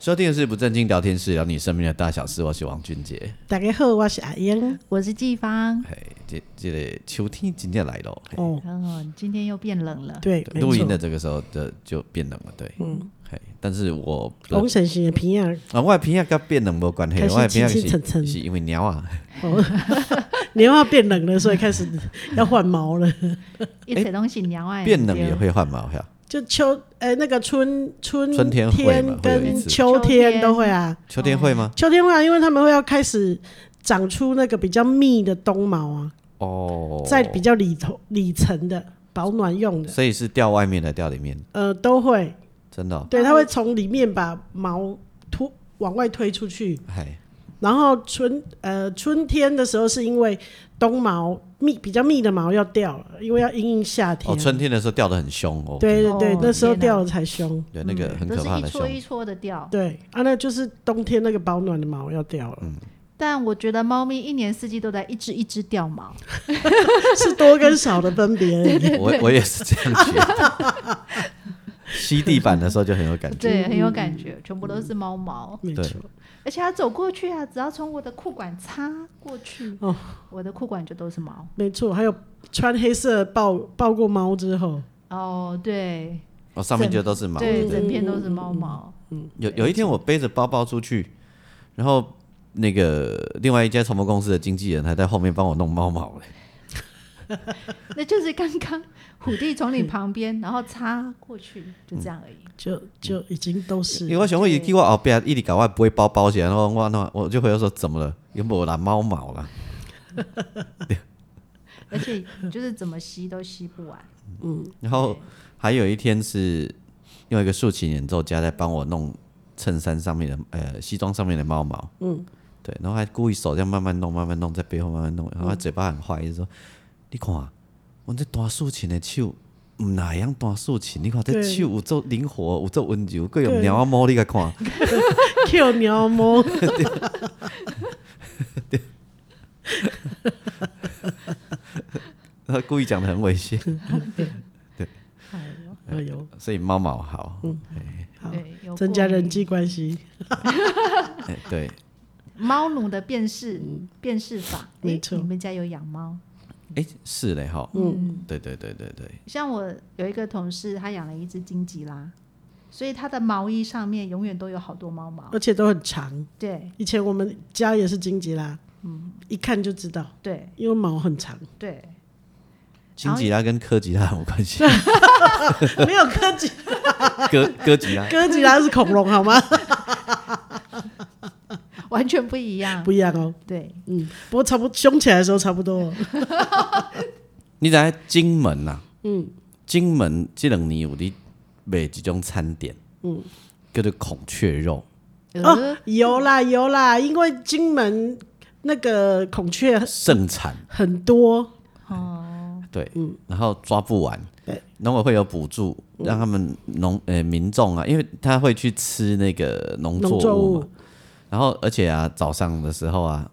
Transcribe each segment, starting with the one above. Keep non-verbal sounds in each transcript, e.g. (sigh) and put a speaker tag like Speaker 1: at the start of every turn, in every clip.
Speaker 1: 收听的是不正经聊天室，聊你身边的大小事。我是王俊杰。
Speaker 2: 大家好，我是阿
Speaker 1: 哎
Speaker 2: 英。
Speaker 3: 我是季芳。
Speaker 1: 嘿，这这个秋天今天来了，嘿
Speaker 2: 哦，
Speaker 3: 哦，今天又变冷了。
Speaker 2: 对，没
Speaker 1: 录音
Speaker 2: 错，
Speaker 1: 的这个时候的就变冷了，对，
Speaker 2: 嗯，
Speaker 1: 嘿，但是我的
Speaker 2: 红神型的皮啊，
Speaker 1: 啊，我的鼻炎跟变冷无关系，
Speaker 2: 开始
Speaker 1: 我的鼻炎
Speaker 2: 清清澄
Speaker 1: 哦是
Speaker 2: 澄
Speaker 1: 是因为鸟啊，
Speaker 2: 你又要变冷了，所以开始要换毛
Speaker 1: (laughs)
Speaker 2: 了。
Speaker 3: 一切东西聊爱
Speaker 1: 哎变冷也会换毛票，
Speaker 2: 就秋，呃，那个春春
Speaker 1: 春天会嘛会有一
Speaker 2: 跟
Speaker 1: 次
Speaker 2: 秋天都会啊，
Speaker 1: 秋天会吗？
Speaker 2: 秋天会啊，因为他们会要开始长出那个比较密的冬毛啊，
Speaker 1: 哦，
Speaker 2: 在比较里头里层的保暖用的，
Speaker 1: 所以是掉外面的，掉里面，
Speaker 2: 呃，都会。
Speaker 1: 真的哦，
Speaker 2: 对，它会从里面把毛突往外推出去。
Speaker 1: 嘿，
Speaker 2: 然后春呃春天的时候，是因为冬毛密比较密的毛要掉了，因为要因应夏天。
Speaker 1: 哦，春天的时候掉的很凶哦，
Speaker 2: 对对对，
Speaker 3: 哦
Speaker 2: 那时候
Speaker 3: 天哪
Speaker 2: 掉了才凶。
Speaker 1: 对，那个很
Speaker 3: 都
Speaker 1: 可
Speaker 3: 是
Speaker 1: 怕
Speaker 3: 一
Speaker 1: 的凶
Speaker 3: 撮，一撮的掉。
Speaker 2: 对啊，那就是冬天那个保暖的毛要掉了，
Speaker 1: 嗯
Speaker 3: 但我觉得猫咪一年四季都在一只一只掉毛，
Speaker 2: 是多跟少的分别
Speaker 1: (laughs)
Speaker 2: 而已。
Speaker 1: 我我也是这样觉得。吸地板的时候就很有嗯感觉，
Speaker 3: 对，很有感觉，全部都是猫毛。
Speaker 2: 没
Speaker 1: 对
Speaker 2: 错，
Speaker 3: 而且它走过去啊，只要从我的裤管擦过去，
Speaker 2: 哦
Speaker 3: 我的裤管就都是毛。
Speaker 2: 没错。还有穿黑色的抱抱过猫之后，
Speaker 3: 哦，对，
Speaker 1: 哦，上面就都是毛，嗯对
Speaker 3: 对，
Speaker 1: 不对？
Speaker 3: 整片都是猫毛。
Speaker 1: 有有一天我背着包包出去，然后那个另外一家宠物公司的经纪人还在后面帮我弄猫毛嘞。嗯
Speaker 3: 那就是刚刚虎弟从你旁边，然后擦过去，就这样而已。
Speaker 2: 就就已经都是
Speaker 1: 因为我想我一给我后边一直搞我不会包包起来，然后我那我就回头说怎么了？有没有啦猫毛啦？嗯
Speaker 3: 而且就是怎么吸都吸不完。
Speaker 1: 然后还有一天是用一个竖琴演奏家在帮我弄衬衫上面的呃西装上面的猫毛，嗯，对，然后还故意手这样慢慢弄，慢慢弄，在背后慢慢弄，然后他嘴巴很坏，就说：“你看，我这弹竖琴的手。”唔哪样弹竖琴？你看这
Speaker 2: 对
Speaker 1: 手有做灵活，有做温柔，各有
Speaker 2: 对
Speaker 1: 猫仔摸你个看。
Speaker 2: (laughs) Q 鸟
Speaker 1: (laughs)
Speaker 2: 猫，
Speaker 1: 他故意讲的很危险，
Speaker 2: 哎呦，
Speaker 1: 所以猫毛好。
Speaker 2: 好，
Speaker 3: 对，有
Speaker 2: 增加
Speaker 3: 过敏
Speaker 2: 人际关系。
Speaker 1: 哎对，
Speaker 3: 猫奴的辨识辨识法。
Speaker 2: 嗯没
Speaker 3: 诶
Speaker 2: 错
Speaker 3: 你们家有养猫？
Speaker 1: 哎是嘞哈。嗯，对对对对对，
Speaker 3: 像我有一个同事，他养了一只金吉拉，所以他的毛衣上面永远都有好多猫毛。
Speaker 2: 而且都很长。
Speaker 3: 对
Speaker 2: 以前我们家也是金吉拉，
Speaker 3: 嗯
Speaker 2: 一看就知道，
Speaker 3: 对
Speaker 2: 因为毛很长，
Speaker 3: 对， (laughs)
Speaker 1: 金吉拉跟科吉拉有关系， (laughs)
Speaker 2: (laughs) 没有哥吉
Speaker 1: 哥哥吉拉
Speaker 2: 哥吉拉是恐龙好吗？ (laughs)
Speaker 3: 完全不一样。
Speaker 2: 不一样哦，
Speaker 3: 对，
Speaker 2: 嗯，不过差不多凶起来的时候差不多哦，
Speaker 1: 你知影金门呐、啊？嗯，金门这两年有咧卖一种餐点，嗯，叫做孔雀肉。
Speaker 3: 呃，
Speaker 2: 有啦有啦，因为金门那个孔雀
Speaker 1: 盛产，
Speaker 2: 很多，
Speaker 1: 对，然后抓不完
Speaker 2: 对，
Speaker 1: 农委会有补助，让他们农呃民众啊，因为他会去吃那个农
Speaker 2: 农
Speaker 1: 作
Speaker 2: 作
Speaker 1: 物
Speaker 2: 物
Speaker 1: 嘛，然后而且啊早上的时候啊，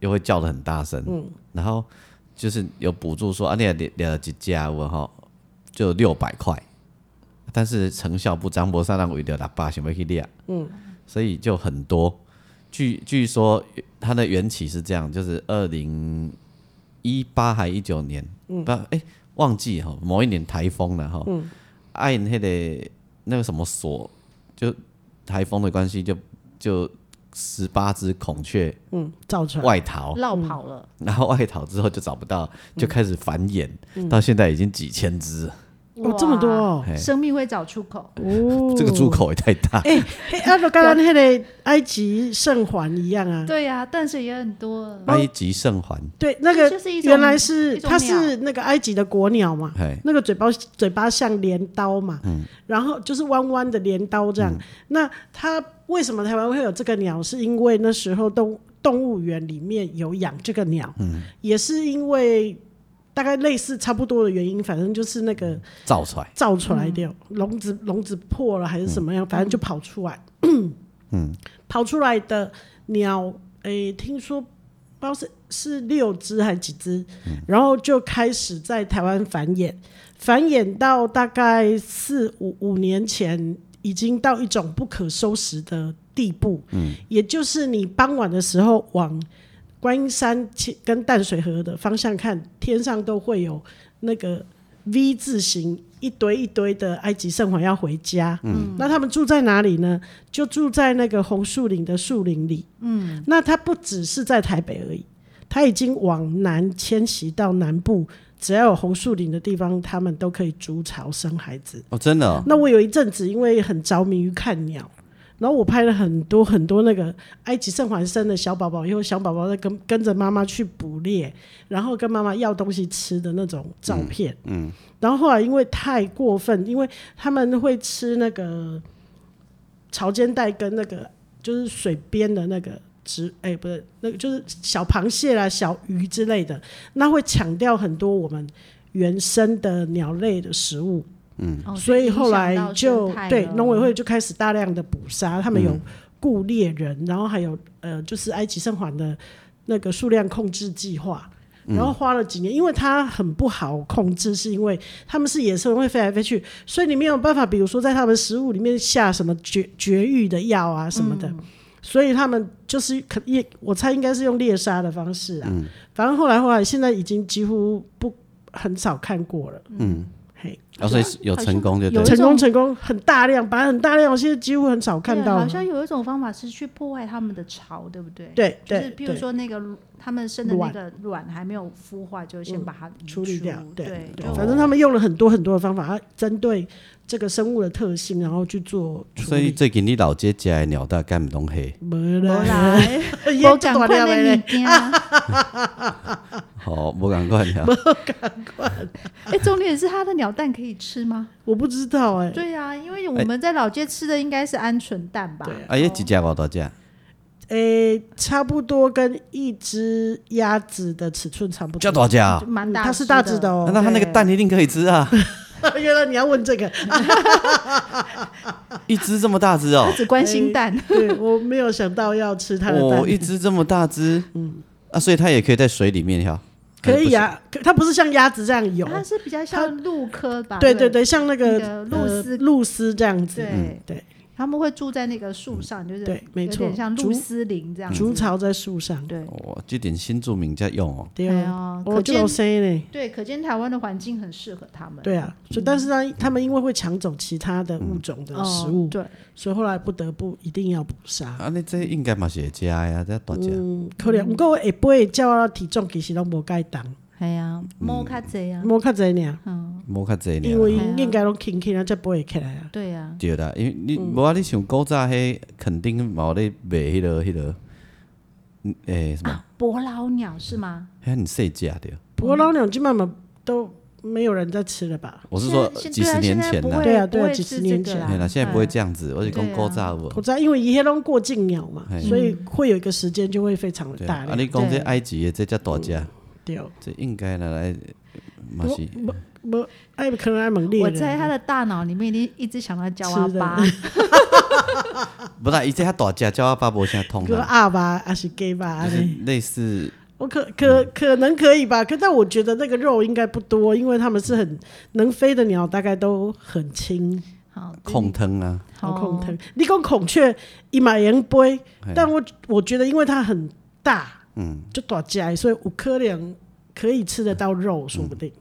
Speaker 1: 又会叫的很大声，然后就是有补助说啊，你两两几家我哈就六百块，但是成效不彰，博上让为了喇叭想要去掠，嗯，所以就很多。据据说它的缘起是这样，就是二零一八还一九年，不哎、忘记哈，某一年台风了哈，啊因迄个那个什么所，就台风的关系就就十八只孔雀
Speaker 2: 嗯，造船
Speaker 1: 外逃， (laughs)
Speaker 3: 绕跑了。
Speaker 2: 嗯
Speaker 1: 然后外逃之后就找不到，就开始繁衍，到现在已经几千只了，
Speaker 2: 哦，这么多
Speaker 3: 哇，
Speaker 2: 哦，
Speaker 1: 嘿
Speaker 3: 生命会找出口。
Speaker 2: 哦，
Speaker 1: 哎这个出，口也太大，
Speaker 2: 哎，啊，就跟咱那个埃及圣环一样啊。
Speaker 3: 对呀、淡水也很多。
Speaker 2: 哦
Speaker 1: 埃及圣环，
Speaker 2: 对，啊那个
Speaker 3: 就是一种
Speaker 2: 原来是
Speaker 3: 一种
Speaker 2: 它
Speaker 3: 鸟
Speaker 2: 是那个埃及的国鸟嘛，
Speaker 1: 嘿，
Speaker 2: 那个嘴巴嘴巴像镰刀嘛，然后就是弯弯的镰刀这样。那它为什么台湾会有这个鸟？是因为那时候动动物园里面有养这个鸟，也是因为大概类似差不多的原因，反正就是那个
Speaker 1: 造出来，
Speaker 2: 造出来的笼子笼子破了还是什么样，反正就跑出来。 (coughs) 跑出来的鸟，诶、听说不知道是是六只还几只，然后就开始在台湾繁衍，繁衍到大概四五五年前，已经到一种不可收拾的地步。嗯，也就是你傍晚的时候往观音山去跟淡水河的方向看，天上都会有那个 V 字形。一堆一堆的埃及圣皇要回家，嗯，那他们住在哪里呢？就住在那个红树林的树林里。嗯，那它不只是在台北而已，它已经往南迁徙到南部，只要有红树林的地方，他们都可以筑巢生孩子。
Speaker 1: 哦，真的哦，
Speaker 2: 那我有一阵子因为很着迷于看鸟。然后我拍了很多很多那个埃及圣环生的小宝宝，以后小宝宝在跟跟着妈妈去捕猎，然后跟妈妈要东西吃的那种照片。嗯，然后后来因为太过分，因为他们会吃那个潮间带跟那个就是水边的那个植，哎、不是那个就是小螃蟹啦、小鱼之类的，那会抢掉很多我们原生的鸟类的食物。
Speaker 3: 哦
Speaker 2: 所以后来就对农委。
Speaker 3: 影响到生态了
Speaker 2: 会就开始大量的捕杀，他们有雇猎人，然后还有呃，就是埃及圣环的那个数量控制计划。然后花了几年，因为它很不好控制，是因为他们是野生会飞来飞去，所以你没有办法，比如说在他们食物里面下什么绝绝育的药啊什么的，
Speaker 3: 嗯
Speaker 2: 所以他们就是可也我猜应该是用猎杀的方式啊。反正后来后来现在已经几乎不很少看过了，
Speaker 1: 嗯，
Speaker 2: 嘿，
Speaker 1: 哦，所以是有成功就对
Speaker 3: 有一
Speaker 1: 了，
Speaker 2: 成
Speaker 3: 种
Speaker 2: 功成功很大量，本来很大量，我现在几乎很少看
Speaker 3: 对
Speaker 2: 到
Speaker 3: 好
Speaker 2: 了。
Speaker 3: 像有一种方法是去破坏他们的巢，对不对？，
Speaker 2: 对
Speaker 3: 就是
Speaker 2: 对，
Speaker 3: 比如
Speaker 2: 对
Speaker 3: 说那个他们生的那个卵还没有孵化，就先把它移
Speaker 2: 嗯处理掉，
Speaker 3: 对
Speaker 2: 对哦
Speaker 3: 就
Speaker 2: 反正他们用了很多很多的方法，它针对这个生物的特性，然后去做处
Speaker 1: 所以
Speaker 2: 理。
Speaker 1: 最近你老街家的鸟大概不拢黑，
Speaker 2: 没
Speaker 3: 没
Speaker 2: (laughs) 啦，
Speaker 3: 来，
Speaker 2: 也
Speaker 3: 我
Speaker 2: 大
Speaker 3: 赶快
Speaker 2: 了
Speaker 3: 的
Speaker 2: 嘞
Speaker 3: 物件。哎、
Speaker 1: 哦，无赶快鸟，
Speaker 2: (laughs)
Speaker 3: 哎重点是它的鸟蛋可以吃吗？
Speaker 2: 我不知道哎，
Speaker 3: 对啊，因为我们在老街吃的应该是鹌鹑蛋吧？
Speaker 2: 对
Speaker 1: 啊，也一只偌大只，
Speaker 2: 诶，差不多跟一只鸭子的尺寸差不
Speaker 1: 叫
Speaker 2: 多。
Speaker 1: 大只啊，
Speaker 3: 就蛮
Speaker 2: 嗯
Speaker 3: 大，
Speaker 2: 它是大只的。
Speaker 1: 啊
Speaker 2: 哦。哎
Speaker 1: 那它那个蛋一定可以吃啊，
Speaker 2: (laughs) 原来你要问这个，
Speaker 1: 一只这么大只哦
Speaker 3: 它，只关
Speaker 2: 哎
Speaker 3: 心蛋，
Speaker 2: 对我没有想到要吃 (laughs) 它的 (laughs)
Speaker 1: 哦，一
Speaker 2: 蛋。嗯
Speaker 1: 只这么大只，啊，所以它也可以在水里面跳，
Speaker 2: 可以啊，可它不是像鸭子这样游，
Speaker 3: 它是比较像鹿科吧？
Speaker 2: 对
Speaker 3: 对
Speaker 2: 对对，像那
Speaker 3: 那
Speaker 2: 个
Speaker 3: 个
Speaker 2: 呃
Speaker 3: 露丝
Speaker 2: 露丝这样子，
Speaker 3: 对
Speaker 2: 对
Speaker 3: 他们会住在那个树上，就是
Speaker 2: 嗯对没错
Speaker 3: 有点像
Speaker 2: 竹
Speaker 3: 露丝林这样
Speaker 2: 筑
Speaker 3: 子。
Speaker 2: 巢在树上，
Speaker 3: 对，
Speaker 1: 哦，这点新著名在用哦，
Speaker 2: 对
Speaker 3: 哎
Speaker 2: 啊，
Speaker 3: 呀，
Speaker 2: 我
Speaker 3: 可
Speaker 2: 就有
Speaker 3: 见
Speaker 2: 声音嘞，
Speaker 3: 对，可见台湾的环境很适合他们。
Speaker 2: 对啊，所以但是呢，他们因为会抢走其他的
Speaker 1: 嗯
Speaker 2: 物种的
Speaker 3: 嗯哦，
Speaker 2: 食物，
Speaker 3: 对，
Speaker 2: 所以后来不得不一定要捕杀。
Speaker 1: 啊，你这应该嘛是会食呀，这大只，
Speaker 2: 嗯，可怜，不过我下辈鸟啊体重其实都无该重，
Speaker 3: 哎
Speaker 1: 嗯
Speaker 3: 呀，摸卡贼啊呀，
Speaker 2: 无较侪尔，
Speaker 3: 嗯，
Speaker 1: 无较济
Speaker 2: 因
Speaker 1: 鸟
Speaker 2: 为
Speaker 1: 啦，
Speaker 2: 应该拢轻轻啊才飞起来啊。
Speaker 3: 对呀，
Speaker 1: 对啦，因为你无啊，你像古早迄肯定冇咧卖迄落迄落，嗯诶什么，
Speaker 3: 啊，伯劳鸟是吗？
Speaker 1: 还很细只对，
Speaker 2: 不过
Speaker 3: 嗯
Speaker 2: 老鸟基本上都没有人在吃了吧？
Speaker 1: 我是说
Speaker 3: 现在
Speaker 1: 几十年前
Speaker 3: 对
Speaker 1: 啦
Speaker 3: 啊，
Speaker 2: 对啊对啊
Speaker 3: 现在不会不会
Speaker 2: 几十
Speaker 3: 是
Speaker 2: 年
Speaker 3: 这
Speaker 2: 前
Speaker 3: 个啦
Speaker 1: 嘿啦，现在不会
Speaker 3: 嗯
Speaker 1: 这样子，我是讲
Speaker 3: 对啊
Speaker 1: 古早有
Speaker 2: 我。知道，因为一些拢过境鸟嘛，
Speaker 1: 嘿
Speaker 2: 所
Speaker 3: 嗯
Speaker 2: 以会有一个时间就会非常的
Speaker 1: 对
Speaker 2: 大
Speaker 1: 啊，啊
Speaker 2: 量。
Speaker 1: 你讲这
Speaker 3: 对
Speaker 1: 埃及的这只大只，
Speaker 2: 对，哦
Speaker 1: 这应该拿来呃嘛是
Speaker 2: 不，哎，可能爱猛猎
Speaker 3: 我
Speaker 2: 人。
Speaker 3: 在他
Speaker 1: 嗯
Speaker 3: 的大脑里面一定一直想到焦阿
Speaker 2: 吃的 (laughs)
Speaker 3: 巴， (laughs)
Speaker 1: 不啦，伊这较大只，叫我爸无啥痛
Speaker 2: 个
Speaker 1: 啦，
Speaker 2: 阿吧，啊还是 gay 吧？
Speaker 1: 嗯就
Speaker 2: 安
Speaker 1: 是
Speaker 2: 尼
Speaker 1: 类似
Speaker 2: 我可可可能可以吧，可但我觉得那个肉应该不多，因为它们是很能飞的鸟，大概都很轻，
Speaker 3: 好
Speaker 1: 控汤啊，
Speaker 2: 好
Speaker 3: 哦
Speaker 2: 恐疼。你讲孔雀一马羊杯，
Speaker 1: 嘿
Speaker 2: 但我我觉得因为它很大，嗯，就大起来，所以五颗两可以吃得到肉，说不
Speaker 1: 嗯
Speaker 2: 定。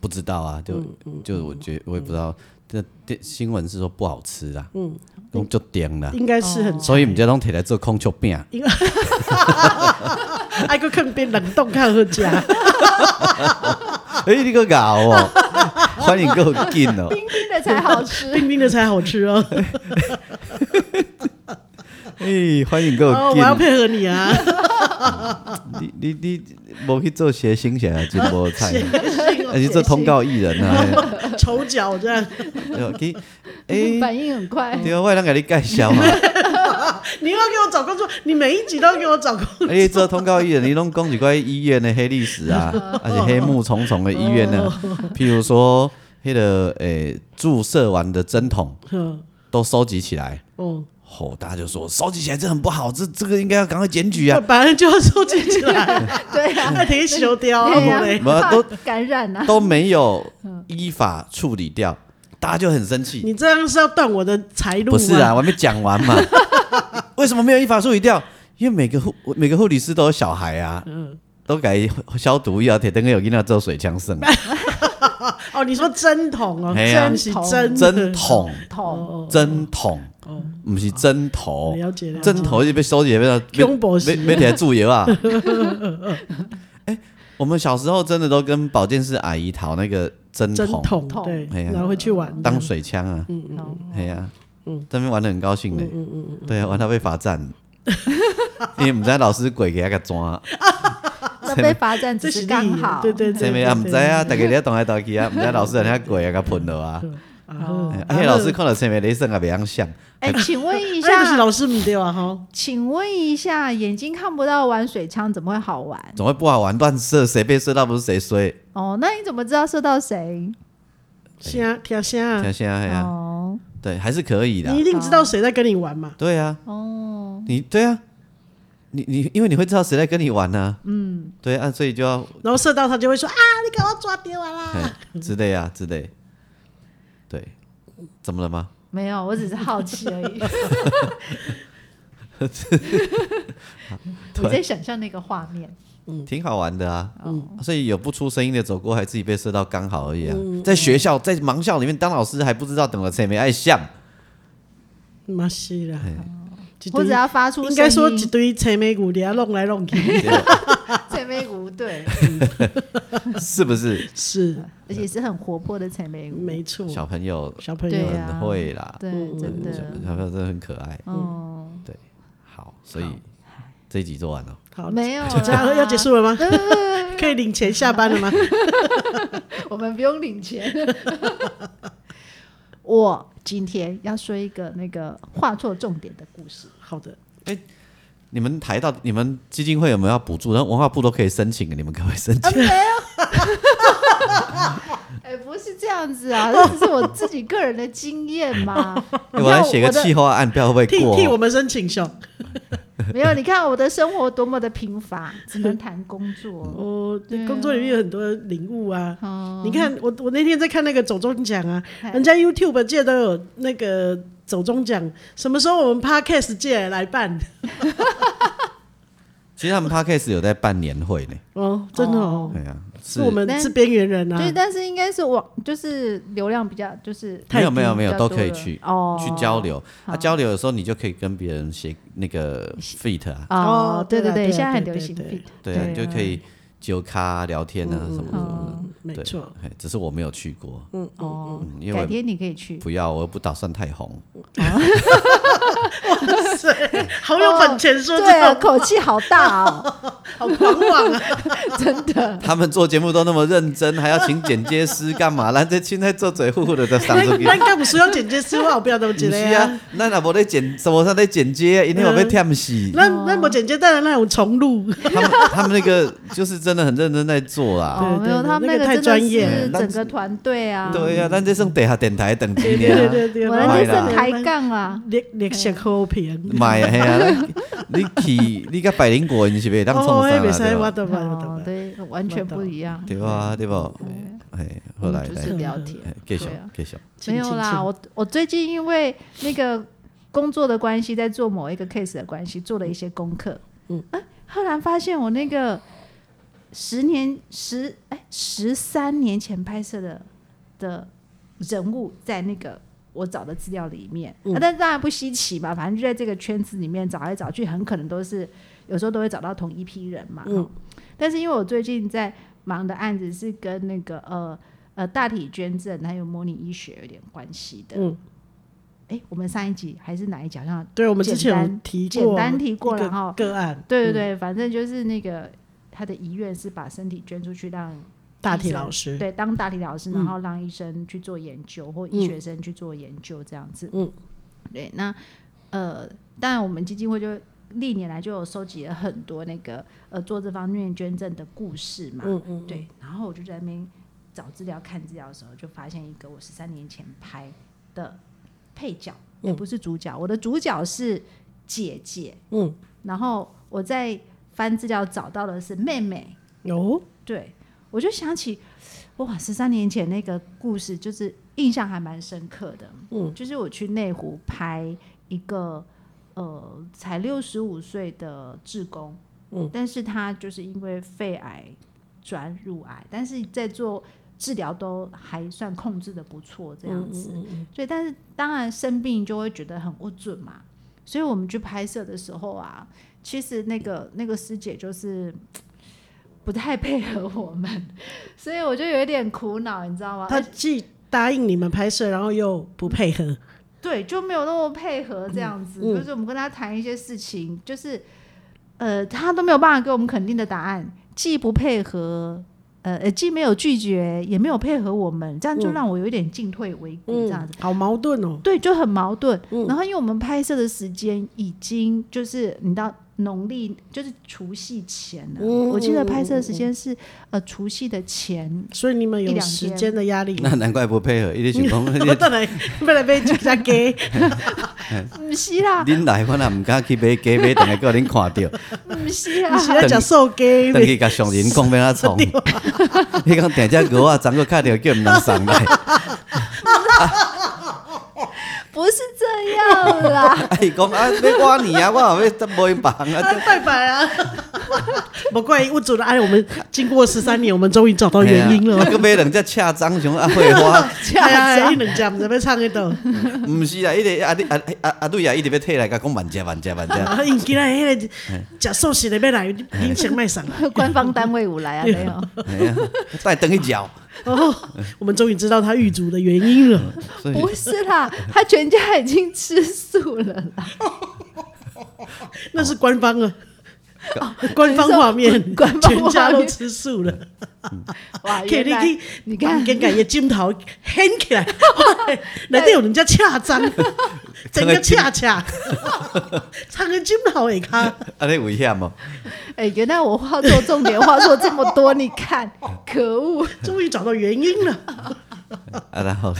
Speaker 1: 不知道啊，就就我觉我也不知道，这这新闻是说不好吃啊，嗯，讲就甜啦，
Speaker 2: 应该是很，
Speaker 1: 嗯所以毋才拢摕来做空啊球饼，
Speaker 2: 爱个坑边冷冻看喝家，
Speaker 1: (laughs) 哎，你个咬哦，欢迎够劲哦，
Speaker 3: 冰冰的才
Speaker 2: (laughs)
Speaker 3: 好吃。
Speaker 2: 冰冰的才好吃
Speaker 1: (laughs)
Speaker 2: 哦。
Speaker 1: 哎，欢迎够
Speaker 2: 哦，我
Speaker 1: 劲，
Speaker 2: 要配合你
Speaker 1: (laughs)
Speaker 2: 啊！
Speaker 1: 你你你无去做谐星啥，真无 (laughs) 菜，而且
Speaker 3: 谐星
Speaker 1: 做通告艺人啊，
Speaker 2: (laughs) 丑角这样，
Speaker 1: 哎呦 (laughs) 去哎，
Speaker 3: 反应很快，
Speaker 1: 对啊，我能给你介绍啊嘛， (laughs)
Speaker 2: 你又要给我找工作，你每一集都要给我找工作。
Speaker 1: 哎，你做通告艺人，你拢讲一块医院的黑历史 (laughs) 啊，而且黑幕重重的医院呢，譬如说迄个诶注射完的针筒
Speaker 2: 嗯
Speaker 1: 都收集起来。
Speaker 2: (laughs) 哦，
Speaker 1: 吼、大家就说收集起来这很不好，这这个应该要赶快检举啊！
Speaker 2: 本来就要收集起来， (laughs)
Speaker 3: 对啊，
Speaker 2: 还挺修雕啊，
Speaker 3: 对
Speaker 2: 我
Speaker 3: 啊
Speaker 2: 嘞。哦
Speaker 1: 没有
Speaker 3: 怕
Speaker 1: 都
Speaker 3: 感染 (laughs) 啊，
Speaker 1: 都没有依法处理掉，大家就很生气。
Speaker 2: 你这样是要断我的财路吗？
Speaker 1: 不是啊，我还没讲完嘛， (laughs) 为什么没有依法处理掉？因为每个护每个护理师都有小孩啊，
Speaker 2: 嗯
Speaker 1: 都给他消毒药，铁灯有给他做水枪圣
Speaker 2: 哦，你说针筒 (laughs) 哦，
Speaker 3: 嗯
Speaker 1: 哎呀
Speaker 2: 针是针哦
Speaker 1: 针筒
Speaker 2: 嗯
Speaker 3: 痛
Speaker 1: 针筒，不是针头，
Speaker 2: 了解了解
Speaker 1: 针头就被收起来，被
Speaker 2: 恐怖
Speaker 1: 被
Speaker 2: 死
Speaker 1: 被铁注
Speaker 2: (laughs)
Speaker 1: 油啊！哎，我们小时候真的都跟保健室阿姨讨那个针
Speaker 2: 针
Speaker 1: 筒
Speaker 2: 筒
Speaker 3: 筒
Speaker 2: 对，
Speaker 1: 哎呀
Speaker 2: 然后会去玩
Speaker 1: 当水枪啊，
Speaker 2: 嗯
Speaker 1: 哎呀，这边玩的很高兴的，
Speaker 2: 嗯
Speaker 1: 对啊，玩到被罚站， (laughs) 因为我们家老师鬼给他个抓，
Speaker 3: 那被罚站只
Speaker 2: 这是
Speaker 3: 是
Speaker 2: 利
Speaker 3: 刚好，嗯
Speaker 2: 对对对
Speaker 1: 这边
Speaker 2: 对，
Speaker 1: 啊唔知
Speaker 2: 对
Speaker 1: 啊，大家咧动来
Speaker 2: (laughs)
Speaker 1: 动去啊，我们家老师人家鬼啊给喷了啊，
Speaker 2: 啊，
Speaker 1: 而且老
Speaker 3: 嗯
Speaker 1: 师看到前面雷声也袂样想，
Speaker 3: 哎，请问一
Speaker 2: 那个是
Speaker 3: 下，
Speaker 2: 老师唔对啊哈，
Speaker 3: 请问一下，眼睛看不到玩水枪怎么会好玩？
Speaker 1: 总会不好玩，乱射，谁被射到不是谁衰，
Speaker 3: 哦，那你怎么知道射到谁？
Speaker 1: 哎
Speaker 2: 声听声啊，
Speaker 1: 像现在哎呀，
Speaker 3: 哦
Speaker 1: 对，还是可以的
Speaker 2: 你，一定知道谁在跟你玩嘛？
Speaker 1: 对啊，
Speaker 3: 哦，
Speaker 1: 你对啊，你你因为你会知道谁在跟你玩呢，嗯，对啊，所以就要
Speaker 2: 然后射到他就会说啊，你给我抓丢啊啦！ (laughs)
Speaker 1: 嘿之类啊之类，对，怎么了吗？
Speaker 3: 没有，我只是好奇
Speaker 2: (laughs)
Speaker 3: 而已。我在想象那个画面，
Speaker 1: 挺好玩的啊。所以有不出声音的走过，还自己被射到刚好而已啊。在学校，在盲校里面当老师还不知道等了谁没爱像，
Speaker 2: 妈西
Speaker 1: 哎
Speaker 2: 啦，一
Speaker 3: 或
Speaker 2: 堆
Speaker 3: 者要发出
Speaker 2: 应该说
Speaker 3: 声
Speaker 2: 一
Speaker 3: 音
Speaker 2: 堆青梅骨底下弄来弄去，
Speaker 1: 结果
Speaker 3: 采梅舞，对，
Speaker 1: 是不是？
Speaker 2: 是
Speaker 3: 而且是很活泼的采梅舞，
Speaker 2: 没嗯错。
Speaker 1: 小朋友
Speaker 2: 小朋
Speaker 3: 对
Speaker 2: 友，
Speaker 3: 啊
Speaker 1: 很会啦，
Speaker 3: 对，真
Speaker 1: 小
Speaker 3: 的，
Speaker 1: 小朋友真的很可爱。
Speaker 3: 嗯，
Speaker 1: 好，所以这一集做完了，
Speaker 2: 嗯好，
Speaker 3: 没有啊
Speaker 2: 这样
Speaker 3: 啦
Speaker 2: 要结束了
Speaker 3: (laughs)
Speaker 2: 吗？ (laughs) 可以领钱下班
Speaker 1: (laughs)
Speaker 2: 了吗？
Speaker 3: 我们不用领钱。
Speaker 2: (laughs)
Speaker 3: 我今天要说一个那个画错重点的故事。
Speaker 2: 好的，
Speaker 1: 你们台到你们基金会有没有要补助？然后文化部都可以申请，你们可不可以申请？
Speaker 3: 哎、不是这样子啊， (laughs) 这只是我自己个人的经验嘛。你
Speaker 1: 我来
Speaker 3: 看
Speaker 1: 写个
Speaker 3: 我的
Speaker 1: 企划案，不要会
Speaker 2: 替
Speaker 1: 过
Speaker 2: 替
Speaker 1: 哦
Speaker 2: 我们申请秀。
Speaker 3: 没有，你看我的生活多么的贫乏，只能谈工作。
Speaker 2: 我
Speaker 3: 对啊
Speaker 2: 工作里面有很多领悟啊。
Speaker 3: 哦
Speaker 2: 你看，我我那天在看那个走中奖啊，
Speaker 3: 嗨
Speaker 2: 人家 YouTube 界都有那个走中奖，什么时候我们 Podcast 界也来办？
Speaker 1: 其实他们 podcast 有在办年会呢，
Speaker 2: 哦，真的哦，
Speaker 1: 对啊，
Speaker 2: 是我们
Speaker 3: 但
Speaker 2: 是边缘人啊。
Speaker 3: 对，但是应该是网，就是流量比较，就是
Speaker 1: 没有
Speaker 2: 太低
Speaker 1: 没有没有
Speaker 3: 比较
Speaker 1: 都
Speaker 3: 多
Speaker 1: 可以
Speaker 3: 了
Speaker 1: 去
Speaker 3: 哦
Speaker 1: 去交流。啊，交流的时候你就可以跟别人写那个 feat 啊，
Speaker 3: 哦
Speaker 2: 哦，
Speaker 3: 对
Speaker 2: 对啊
Speaker 3: 对，
Speaker 2: 对啊
Speaker 3: 现在很
Speaker 2: 对
Speaker 3: 流
Speaker 2: 对
Speaker 3: 行
Speaker 2: 对
Speaker 3: fit，
Speaker 1: 对啊，你就可以酒咖聊天啊什么什么
Speaker 2: 嗯没
Speaker 1: 的，对
Speaker 2: 错，，
Speaker 1: 嘿只是我没有去过，
Speaker 3: 哦
Speaker 1: 嗯，因为
Speaker 3: 改
Speaker 1: 我
Speaker 3: 天你可以去。
Speaker 1: 不要，我又不打算太红，
Speaker 3: (laughs)
Speaker 2: 好有本钱说这
Speaker 3: 对啊，
Speaker 2: 种，
Speaker 3: 口气好大哦，
Speaker 2: 好狂妄
Speaker 1: (laughs)
Speaker 2: 啊！
Speaker 3: 真的。
Speaker 1: 他们做节目都那么认真，还要请剪接师干嘛？咱这现在做嘴呼呼的在上出去。
Speaker 2: 那干不需要剪接师，我不要都
Speaker 1: 不
Speaker 2: 剪
Speaker 1: 是
Speaker 2: 了
Speaker 1: 啊
Speaker 2: 呀。，
Speaker 1: 咱若无咧剪，什么上咧剪接啊，因为我被忝死。
Speaker 2: 那那我剪接当然那种重录，
Speaker 1: 他们 (laughs) 他们那个就是真的很认真在做啊啦。
Speaker 3: 哦，
Speaker 2: 对
Speaker 3: 没有，
Speaker 2: 对
Speaker 3: 他们
Speaker 2: 那个
Speaker 3: 个
Speaker 2: 太
Speaker 3: 真的
Speaker 2: 专业
Speaker 3: 是
Speaker 1: 了那
Speaker 3: 整个团队啊，
Speaker 1: 对啊，咱这算地下电台等级
Speaker 2: 对
Speaker 1: 呢
Speaker 2: 对
Speaker 1: 啊。
Speaker 2: 对对，
Speaker 3: 我那天
Speaker 1: 坏啦
Speaker 3: 是抬杠啊，
Speaker 2: 绿绿色和平。
Speaker 1: 买啊，嘿啊，你你去你甲百灵果，你是袂当
Speaker 2: 哦，
Speaker 1: 创
Speaker 2: 那
Speaker 1: 啥
Speaker 2: 不可以我
Speaker 1: 啦？
Speaker 2: 懂我懂我
Speaker 3: 哦，
Speaker 2: 懂
Speaker 3: 对，完全不一样。
Speaker 1: 对吧对吧？对吧？哎，后
Speaker 3: 我
Speaker 1: 来
Speaker 3: 们就
Speaker 1: 来
Speaker 3: 是聊天
Speaker 1: 哎，继续
Speaker 3: 对啊
Speaker 1: 继续。
Speaker 3: 没有啦，我我最近因为那个工作的关系，在做某一个 case 的关系，做了一些功课。嗯，哎、赫然发现我那个十年十哎十三年前拍摄的的人物，在那个我找的资料里面，啊，但当然不稀奇嘛，反正就在这个圈子里面找来找去，很可能都是有时候都会找到同一批人嘛。嗯，但是因为我最近在忙的案子是跟那个呃呃大体捐赠还有模拟医学有点关系的。
Speaker 2: 嗯
Speaker 3: 哎，我们上一集还是哪一集好像
Speaker 2: 对，我们之前
Speaker 3: 简
Speaker 2: 有
Speaker 3: 单
Speaker 2: 提过，
Speaker 3: 简单提过，
Speaker 2: 一个
Speaker 3: 然后
Speaker 2: 个案，
Speaker 3: 对对对，反正就是那个他的遗愿是把身体捐出去让
Speaker 2: 大体老师，
Speaker 3: 对，当大体老师，
Speaker 2: 嗯
Speaker 3: 然后让医生去做研究，或医学生去做研究这样子。
Speaker 2: 嗯，
Speaker 3: 对，那呃，当然我们基金会就历年来就有收集了很多那个呃做这方面捐赠的故事嘛。
Speaker 2: 嗯嗯，
Speaker 3: 对，然后我就在那边找资料、看资料的时候，就发现一个我十三年前拍的配角，也不是主角，我的主角是姐姐。
Speaker 2: 嗯，
Speaker 3: 然后我在翻资料找到的是妹妹。
Speaker 2: 有
Speaker 3: 对，我就想起哇，十三年前那个故事，就是印象还蛮深刻的。嗯，就是我去内湖拍一个呃才六十五岁的志工，嗯，但是他就是因为肺癌转乳癌，但是在做。治疗都还算控制的不错，这样子，所以但是当然生病就会觉得很不准嘛，所以我们去拍摄的时候啊，其实那个那个师姐就是不太配合我们， (laughs) 所以我就有一点苦恼，你知道吗？
Speaker 2: 他既答应你们拍摄，然后又不配合，
Speaker 3: 对，就没有那么配合这样子，
Speaker 2: 嗯
Speaker 3: 就是我们跟他谈一些事情，就是呃，他都没有办法给我们肯定的答案，既不配合，呃，呃既没有拒绝，也没有配合我们，这样就让我有一点进退维谷这样子。
Speaker 2: 嗯，好矛盾哦，
Speaker 3: 对，就很矛盾。然后因为我们拍摄的时间已经就是你到农历就是除夕前了，
Speaker 2: 嗯
Speaker 3: 我记得拍摄的时间是呃除夕的前，
Speaker 2: 所以你们
Speaker 3: 一
Speaker 2: 有
Speaker 3: 两
Speaker 2: 时
Speaker 3: 天
Speaker 2: 间的压力。
Speaker 1: 那难怪不配合，伊咧想讲，
Speaker 2: 我 (laughs) 等来，不然被人家给，
Speaker 3: 不嗯是啊啦，
Speaker 1: 恁来我也毋啊敢去买鸡买，等下叫恁
Speaker 2: (laughs)
Speaker 1: 看到，
Speaker 3: 不嗯是啊啦
Speaker 2: 你，是在讲受给
Speaker 1: 等去甲上人讲要安
Speaker 2: (laughs)
Speaker 1: 怎创。 (laughs) 你讲定只鹅啊，怎个敲着叫毋人送来？
Speaker 2: (laughs)
Speaker 3: 不是这样啦， (laughs)
Speaker 1: 啊伊讲啊，要我你啊，我也要买房
Speaker 2: (laughs)
Speaker 1: 啊。
Speaker 2: 拜拜啊！不怪屋主的爱，我们经过十三年，我们终于找到原因了。
Speaker 1: 个买两只赤章熊啊，会花，
Speaker 3: 这
Speaker 2: 哎呀，
Speaker 3: 样
Speaker 2: 一
Speaker 3: 子。啊
Speaker 2: 两家，我们这边唱一段，
Speaker 1: 毋是啦，伊个啊你啊啊啊对啊，伊直要退来甲讲慢食慢食慢
Speaker 2: 然
Speaker 1: 食。
Speaker 2: 后因起来那个假寿喜的要来，您先卖上。
Speaker 3: (laughs) 官方单位
Speaker 2: (laughs)
Speaker 3: 有来啊，没有？
Speaker 1: 哎呀， (laughs) 再等一脚。
Speaker 2: 哦，我们终于知道他狱卒的原因了。
Speaker 1: 所以
Speaker 3: 不是啦，他全家已经吃素
Speaker 2: (laughs)
Speaker 3: 了啦，
Speaker 2: 那是官方啊，官方画面，
Speaker 3: 官方画
Speaker 2: 全
Speaker 3: 面
Speaker 2: 家都吃素了。
Speaker 3: 哇，
Speaker 2: 可以啊
Speaker 3: 原来
Speaker 2: 去，
Speaker 3: 你看
Speaker 2: 跟个个镜头掀起来，来底有人家恰张，整个恰恰，唱个镜头也看，
Speaker 1: 安尼危险无？
Speaker 3: 哎、原来我画错重点，画错这么多，你看，可
Speaker 2: (laughs)
Speaker 3: 恶！
Speaker 2: 终于找到原因了。 (laughs)
Speaker 1: 啊，然后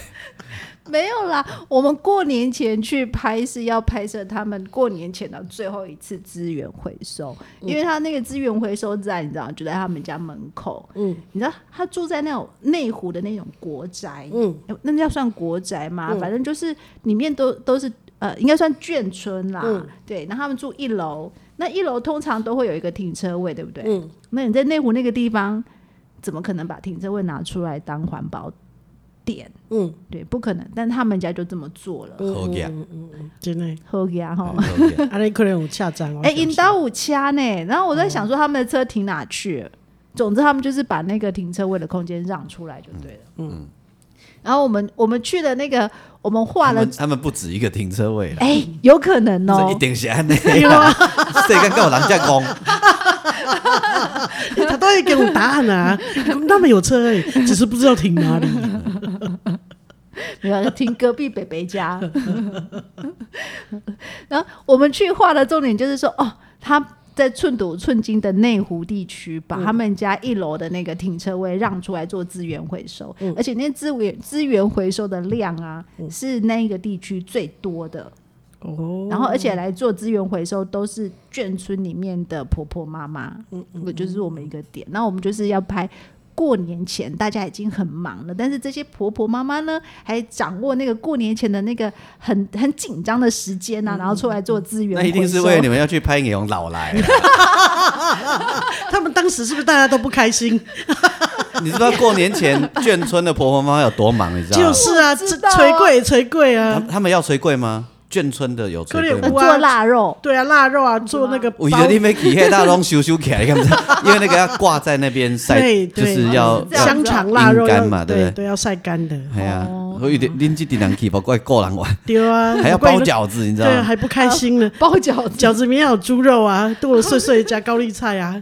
Speaker 3: 没有啦，我们过年前去拍是要拍摄他们过年前的最后一次资源回收，因为他那个资源回收站，你知道就在他们家门口。嗯，你知道他住在那种内湖的那种国宅，
Speaker 2: 嗯
Speaker 3: 嗯，那叫算国宅吗？反正就是里面都都是呃，应该算眷村啦。
Speaker 2: 嗯
Speaker 3: 对，然后他们住一楼，那一楼通常都会有一个停车位，对不对？
Speaker 2: 嗯
Speaker 3: 那你在内湖那个地方，怎么可能把停车位拿出来当环保点？
Speaker 2: 嗯，
Speaker 3: 对，不可能。但他们家就这么做了，
Speaker 1: 好假，
Speaker 2: 真的，
Speaker 3: 好呀哈。
Speaker 1: 好假。
Speaker 2: 阿那可能有恰张哦。
Speaker 3: 哎，引导五掐呢？然后我在想说他们的车停哪去了？总之他们就是把那个停车位的空间让出来就对了。嗯。然后我们我们去的那个，我们画
Speaker 1: 他
Speaker 3: 了
Speaker 1: 们，他们不止一个停车位啦，
Speaker 3: 哎，有可能
Speaker 1: 这
Speaker 3: 哦
Speaker 1: 一。定是
Speaker 2: (laughs)
Speaker 1: 安尼。
Speaker 2: 啊
Speaker 1: 世间够有人遮讲，
Speaker 2: 他都会给我答案啊。 (laughs) 他们有车哎，只是不知道停哪
Speaker 3: (laughs)
Speaker 2: 里。
Speaker 3: 没有听隔壁北北家。 (laughs) 然后我们去画的重点就是说，哦，他在寸土寸金的内湖地区，把他们家一楼的那个停车位让出来做资源回收，而且那资源资源回收的量啊，是那一个地区最多的。
Speaker 2: 哦，
Speaker 3: 然后而且来做资源回收都是眷村里面的婆婆妈妈，嗯，就是我们一个点。那我们就是要拍。过年前大家已经很忙了，但是这些婆婆妈妈呢，还掌握那个过年前的那个很很紧张的时间呐、然后出来做资源
Speaker 1: 那
Speaker 3: 回收。
Speaker 1: 一定是为了你们要去拍影老来啊。
Speaker 2: 他们当时是不是大家都不开心？
Speaker 1: 你知道过年前眷村的婆婆妈妈有多忙？你知道
Speaker 2: 就
Speaker 1: 吗？
Speaker 2: 是啊，
Speaker 3: 我
Speaker 2: 这
Speaker 3: 知道啊
Speaker 2: 捶柜捶柜
Speaker 1: 他
Speaker 2: 啊，
Speaker 1: 他们要捶柜吗？眷村的有
Speaker 2: 可
Speaker 1: 炊
Speaker 2: 能有
Speaker 1: 粿吗？
Speaker 2: 我啊
Speaker 3: 做腊肉，
Speaker 2: 对啊，腊肉啊，做那个包
Speaker 1: 我觉得你没起黑大拢修修起来，你看
Speaker 2: (laughs)
Speaker 1: 不到，因为那个要挂在那边晒，
Speaker 2: 对
Speaker 1: 就
Speaker 2: 对
Speaker 1: 是要
Speaker 3: 哦这样
Speaker 1: 要
Speaker 2: 香肠腊肉
Speaker 1: 阴
Speaker 2: 要
Speaker 1: 干嘛对不
Speaker 2: 对
Speaker 1: 对
Speaker 2: 要晒干的，
Speaker 1: 哎呀，
Speaker 2: 哦
Speaker 1: 所以恁这点人去，不怪个人 (laughs) 玩，
Speaker 2: 对啊，
Speaker 1: 还要
Speaker 2: 不然
Speaker 1: 包饺子，你知道
Speaker 2: 对，
Speaker 1: 吗？
Speaker 2: 还不开心呢。
Speaker 3: 包饺子。
Speaker 2: 饺子里面要有猪肉啊，剁了碎碎加高丽菜啊，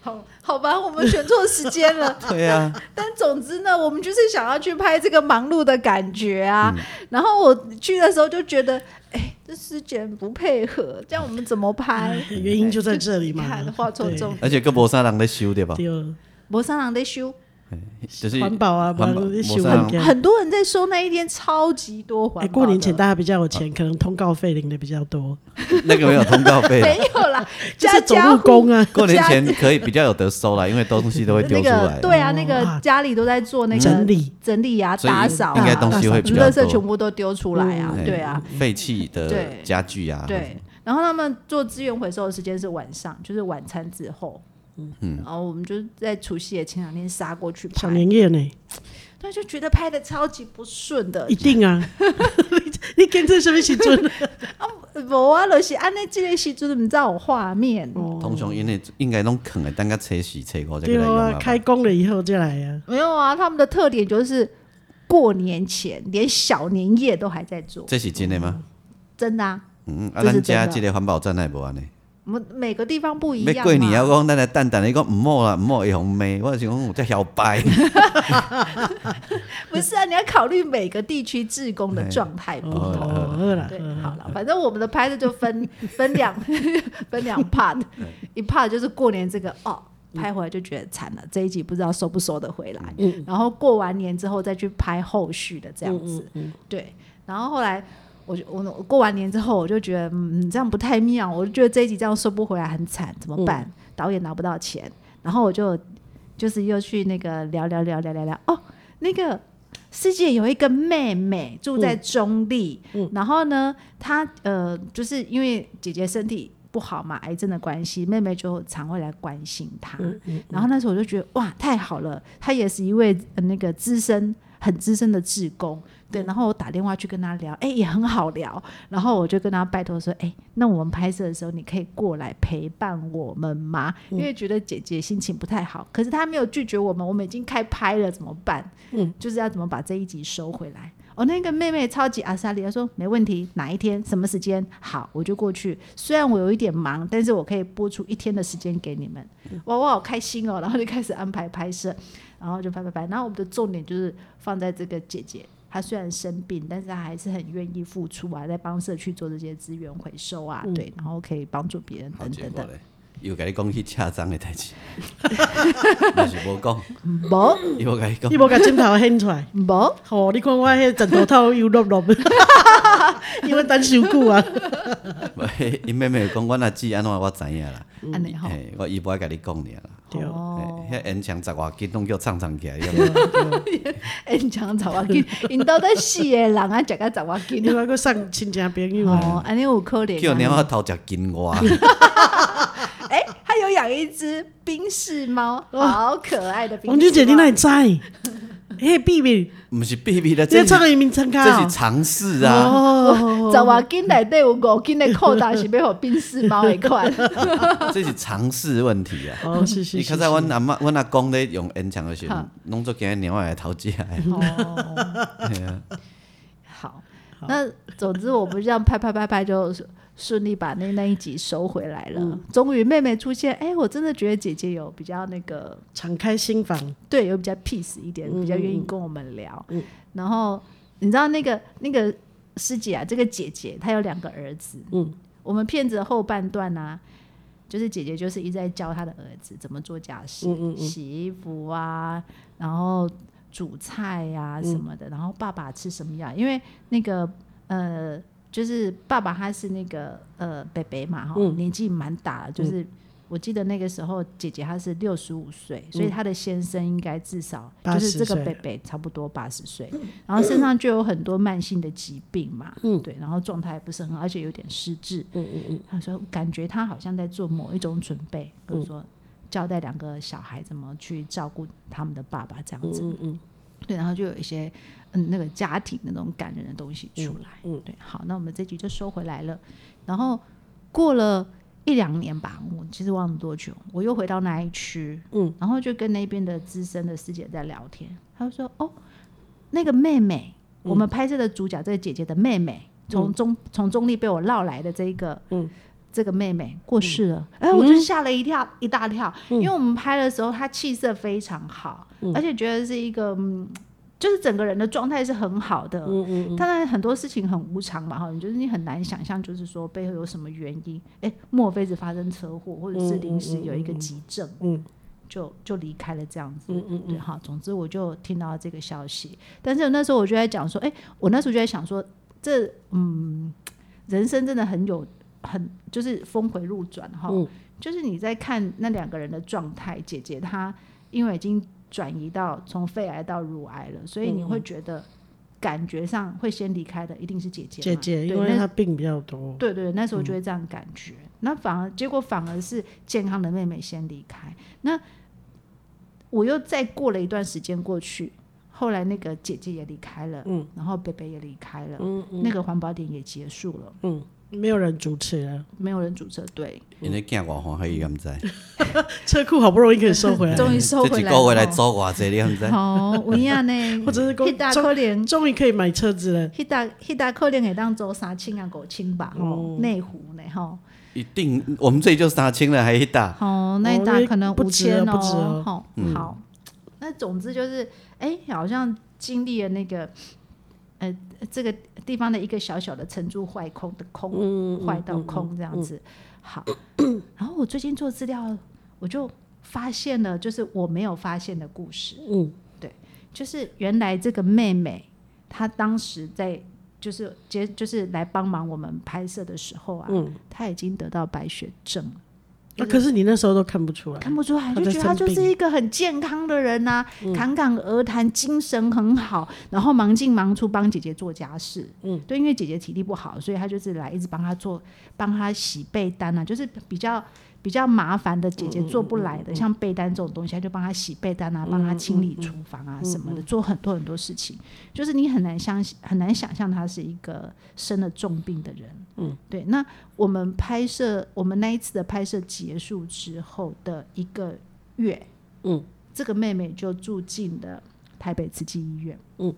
Speaker 3: 好好吧，我们选错时
Speaker 2: (laughs)
Speaker 3: 间了。
Speaker 1: 对啊呀，
Speaker 3: 但总之呢，我们就是想要去拍这个忙碌的感觉啊。
Speaker 2: 嗯
Speaker 3: 然后我去的时候就觉得，哎，这师姐不配合，这样我们怎
Speaker 2: (laughs)
Speaker 3: 么拍？
Speaker 2: 原因就在这里嘛
Speaker 3: 你 (laughs) 看，画错重
Speaker 1: 而且个无啥人在修对吧？哎
Speaker 2: 对，对
Speaker 3: 摩三郎在修，
Speaker 1: 就是
Speaker 2: 环保啊，
Speaker 1: 环
Speaker 2: 环
Speaker 1: 保
Speaker 2: 保
Speaker 1: 没
Speaker 2: 喜
Speaker 1: 啥人
Speaker 2: 欢。
Speaker 3: 很多人在收那一天超级多环保
Speaker 2: 哎，
Speaker 3: 的。
Speaker 2: 过年前大家比较有钱，可能通告费领的比较多，
Speaker 1: 那个没有通告费
Speaker 3: 没 (laughs)
Speaker 1: 啦，
Speaker 3: 有啦，
Speaker 2: (laughs) 就是
Speaker 3: 家
Speaker 2: 走
Speaker 3: 家
Speaker 2: 路
Speaker 3: 户
Speaker 2: 工啊，
Speaker 1: 过年前可以比较有得收啦，因为东西都会丢
Speaker 3: 那
Speaker 1: 出
Speaker 3: 个
Speaker 1: 来，
Speaker 3: 对啊，那
Speaker 2: 哦嗯
Speaker 3: 个家里都在做那个
Speaker 2: 整理
Speaker 3: 整理啊、
Speaker 1: 所以
Speaker 3: 打扫啊，
Speaker 1: 应该东西会比
Speaker 3: 垃
Speaker 1: 较
Speaker 3: 圾全
Speaker 1: 多。
Speaker 3: 部都丢出来啊
Speaker 2: 嗯
Speaker 1: 哎，
Speaker 3: 对啊，，
Speaker 1: 废弃的
Speaker 3: 对
Speaker 1: 家具啊，
Speaker 3: 对。然后他们做资源回收的时间是晚上，就是晚餐之后。嗯，然后我们就在除夕的前两天杀过去
Speaker 2: 小
Speaker 3: 拍，
Speaker 2: 年夜呢，
Speaker 3: 对，就觉得拍的超级不顺的
Speaker 2: 一。定 (laughs) 啊，你你跟这什么时 (laughs) 阵？
Speaker 3: 无啊，就是安尼，这个时阵唔知道有画面，
Speaker 2: 哦
Speaker 1: 通常因为应该拢坑的，等个车洗车过再给
Speaker 2: 对
Speaker 1: 他用
Speaker 2: 啊，
Speaker 1: 啊。
Speaker 2: 开工了以后再来啊，
Speaker 3: 没有啊。他们的特点就是过年前连小年夜都还在做，
Speaker 1: 这是真的吗？
Speaker 3: 真的啊。
Speaker 1: 嗯，
Speaker 3: 这
Speaker 1: 啊，
Speaker 3: 是
Speaker 1: 咱
Speaker 3: 真的
Speaker 1: 家这个环保站还无安尼。
Speaker 3: 我们每个地方不一样
Speaker 1: 要
Speaker 3: 嘛。
Speaker 1: 过年啊，我讲咱来等等，你讲毋好啦，毋好会红妹，我是讲有只小
Speaker 3: (laughs)
Speaker 1: 白，
Speaker 3: 不是啊，你要考虑每个地区志工的状态不
Speaker 2: 哦，
Speaker 3: 同。
Speaker 2: 好啦
Speaker 3: 对，
Speaker 2: 好啦
Speaker 3: 好了，反正我们的拍摄就分分两 (laughs) 分两 part，一 part 就是过年这个哦，拍回来就觉得惨了，这一集不知道收不收得回来，然后过完年之后再去拍后续的这样
Speaker 2: 嗯
Speaker 3: 子，对，然后后来。我就我我过完年之后，我就觉得嗯这样不太妙，我就觉得这一集这样收不回来很惨，怎么办？导演拿不到钱，然后我就就是又去那个聊聊聊聊聊聊哦，那个世界有一个妹妹住在中立，然后呢，她呃，就是因为姐姐身体不好嘛，癌症的关系，妹妹就常会来关心她。然后那时候我就觉得哇，太好了，她也是一位、呃那个资深、很资深的志工。对，然后我打电话去跟她聊，哎，也很好聊。然后我就跟她拜托说，哎，那我们拍摄的时候，你可以过来陪伴我们吗？因为觉得姐姐心情不太好，可是她没有拒绝我们，我们已经开拍了，怎么办？就是要怎么把这一集收回来。哦，那个妹妹超级阿莎莉，她说没问题，哪一天什么时间好，我就过去。虽然我有一点忙，但是我可以拨出一天的时间给你们。
Speaker 1: 嗯
Speaker 3: 哇，我好开心哦！然后就开始安排拍摄，然后就拍拍拍。然后我们的重点就是放在这个姐姐，她虽然生病，但是她还是很愿意付出啊，在帮社区做这些资源回收啊，对，然后可以帮助别人
Speaker 1: 嗯好
Speaker 3: 等
Speaker 1: 结
Speaker 3: 等
Speaker 1: 果
Speaker 3: 等。
Speaker 1: 嘞，又甲你讲去车脏的代志， (laughs) 就是无讲，
Speaker 3: 无
Speaker 1: 伊无甲你讲
Speaker 2: 你，无把枕头掀出来。
Speaker 3: 无，
Speaker 2: 吼、你看我迄枕头套又落落， (laughs) 因为等伤久 (laughs) 啊。
Speaker 1: (laughs) 伊妹妹讲，阮阿姊安怎我知影啦，
Speaker 3: 安尼吼，
Speaker 1: 嘿，我伊无爱甲你讲尔啦，
Speaker 2: 对，
Speaker 3: 哦。
Speaker 1: 嘿遐烟枪十外斤拢叫唱唱起来，你知道吗
Speaker 3: 因讲十外
Speaker 2: (laughs)
Speaker 3: 斤，因兜在死的人啊，食个十外
Speaker 2: 你
Speaker 3: 斤。
Speaker 2: 外个送亲戚朋友啊，
Speaker 3: 哦，安尼有可怜、啊。
Speaker 1: 叫猫仔头食
Speaker 2: (laughs)
Speaker 1: 金蛙，
Speaker 3: 哎、他有养一只冰室猫，好可爱的冰室
Speaker 2: 哦
Speaker 3: 猫。
Speaker 2: 王俊姐，你哪会 (laughs) 知？嘿，秘密，
Speaker 1: 毋是秘密的，
Speaker 2: 你
Speaker 1: 这
Speaker 2: 要
Speaker 1: 是
Speaker 2: 唱个名称
Speaker 1: 这
Speaker 2: 卡
Speaker 1: 是常识啊，
Speaker 2: (laughs) 哦，
Speaker 3: 十外斤内底有五斤的扣打是要互冰室猫的
Speaker 2: (laughs)
Speaker 3: 款。
Speaker 1: (laughs) 这是常识问题啊。
Speaker 2: 哦，是是
Speaker 1: 你较
Speaker 2: 是，
Speaker 1: 早阮阿嬷、阮阿公咧用烟枪的时候
Speaker 3: 哈，
Speaker 1: 拢做惊猫仔来偷
Speaker 2: (laughs)
Speaker 1: 食的。
Speaker 3: 哦，
Speaker 1: 嘿啊
Speaker 3: 好，那总之我们这样拍拍拍拍就顺利把那那一集收回来了。
Speaker 2: 嗯
Speaker 3: 终于妹妹出现，哎、我真的觉得姐姐有比较那个
Speaker 2: 敞开心房，嗯
Speaker 3: 对，有比较 peace 一点，比较愿意跟我们聊。然后你知道那个那个师姐啊，这个姐姐她有两个儿子。嗯，我们片子的后半段呢、啊，就是姐姐就是一直在教她的儿子怎么做家事，洗衣服啊，然后煮菜呀、什么的，然后爸爸吃什么样，因为那个呃。就是爸爸他是那个呃北北嘛哈，年纪蛮大了，就是我记得那个时候姐姐她是六十五岁，所以她的先生应该至少就是这个
Speaker 2: 80岁
Speaker 3: 北北差不多八十岁，然后身上就有很多慢性的疾病嘛，嗯，对，然后状态不是很好，而且有点失智，嗯嗯嗯，他说感觉她好像在做某一种准备，比如说交代两个小孩怎么去照顾他们的爸爸这样子，嗯嗯对，然后就有一些嗯那个家庭那种感人的东西出来。嗯，对，好，那我们这集就收回来了。然后过了一两年吧，我其实忘了多久，我又回到那一区，嗯，然后就跟那边的资深的师姐在聊天，她就说：“哦，那个妹妹，我们拍摄的主角这个姐姐的妹妹，从中从中立被我绕来的这个，嗯。”这个妹妹过世了，
Speaker 2: 嗯
Speaker 3: 哎、我就吓了一跳一大跳，因为我们拍的时候她气色非常好，
Speaker 2: 嗯
Speaker 3: 而且觉得是一个嗯就是整个人的状态是很好的。
Speaker 2: 嗯
Speaker 3: 当然很多事情很无常嘛，哈，你就是你很难想象，就是说背后有什么原因。哎、莫非是发生车祸，或者是临时有一个急症，
Speaker 2: 嗯嗯
Speaker 3: 就就离开了这样子，对哈。总之我就听到这个消息，但是那时候我就在讲说，哎、我那时候就在想说，这嗯，人生真的很有很就是峰回路转哈，
Speaker 2: 嗯
Speaker 3: 就是你在看那两个人的状态，姐姐她因为已经转移到从肺癌到乳癌了，所以你会觉得感觉上会先离开的一定是姐姐
Speaker 2: 姐
Speaker 3: 嘛，
Speaker 2: 姐，
Speaker 3: 对
Speaker 2: 因为
Speaker 3: 那
Speaker 2: 她病比较多，
Speaker 3: 对对，那时候就会这样感觉。那反而结果反而是健康的妹妹先离开。那我又再过了一段时间过去，后来那个姐姐也离开了，嗯，然后北北也离开了，嗯那个环保点也结束了，
Speaker 2: 没有人主持了，
Speaker 3: 没有人主持，对，
Speaker 1: 因为惊我欢喜，敢知？
Speaker 2: 车库好不容易可以收回来，
Speaker 3: (laughs)
Speaker 2: 哦
Speaker 3: 终于收
Speaker 1: 这
Speaker 3: 回
Speaker 1: 一
Speaker 3: 来
Speaker 1: 个月来
Speaker 3: 了
Speaker 1: 走偌济，你敢知？
Speaker 3: 好，有
Speaker 2: (laughs)
Speaker 3: 影
Speaker 2: 或
Speaker 3: 呢，
Speaker 2: 者是公
Speaker 3: 迄大
Speaker 2: 终
Speaker 3: 可能，
Speaker 2: 终于可以买车子了。
Speaker 3: 迄大迄大可能会当做三千啊五千吧，
Speaker 2: 哦
Speaker 3: 吼，内湖呢，吼，
Speaker 1: 一定，我们这里就三千了，还一大。
Speaker 3: 哦，那一
Speaker 2: 哦
Speaker 3: 打
Speaker 2: 那
Speaker 3: 可能
Speaker 2: 不
Speaker 3: 五
Speaker 2: 止哦
Speaker 3: 千
Speaker 2: 不止哦
Speaker 3: 好、好，那总之就是，哎，好像经历了那个，呃，这个地方的一个小小的沉住坏空的空，坏到空这样子。好，然后我最近做资料，我就发现了，就是我没有发现的故事。
Speaker 2: 嗯，
Speaker 3: 对，就是原来这个妹妹，她当时在。就是接就是来帮忙我们拍摄的时候啊，她已经得到白血症了
Speaker 2: 那、啊可是你那时候都看不出来，
Speaker 3: 嗯看不出来，
Speaker 2: 他
Speaker 3: 就
Speaker 2: 在
Speaker 3: 觉得他
Speaker 2: 生
Speaker 3: 就是
Speaker 2: 病嗯
Speaker 3: 一个很健康的人呐、侃侃而谈，精神很好，然后忙进忙出帮姐姐做家事。嗯，对，因为姐姐体力不好，所以他就是来一直帮她做，帮她洗被单啊，就是比较。比较麻烦的姐姐做不来
Speaker 2: 嗯
Speaker 3: 的，像被单这种东西，他就帮她洗被单啊，帮她清理厨房
Speaker 2: 嗯
Speaker 3: 啊什么的，做很多很多事情。就是你很难相信，很难想象他是一个生了重病的人。嗯，对。那我们拍摄，我们那一次的拍摄结束之后的一个月，
Speaker 2: 嗯，
Speaker 3: 这个妹妹就住进了台北慈济医院，
Speaker 2: 嗯，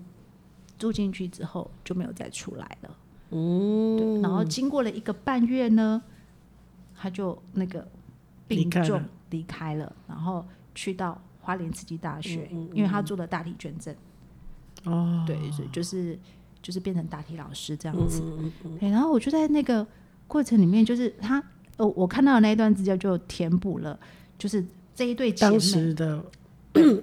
Speaker 3: 住进去之后就没有再出来了，嗯，然后经过了一个半月呢，她就那个病
Speaker 2: 离开
Speaker 3: 重
Speaker 2: 了
Speaker 3: 离开了，然后去到花莲慈济大学，
Speaker 2: 嗯
Speaker 3: 因为她做了大体捐赠，哦，对，所以就是就是变成大体老师这样子，对，然后我就在那个过程里面，就是她，呃，我看到的那一段资料就填补了，就是这一对姐妹
Speaker 2: 当时的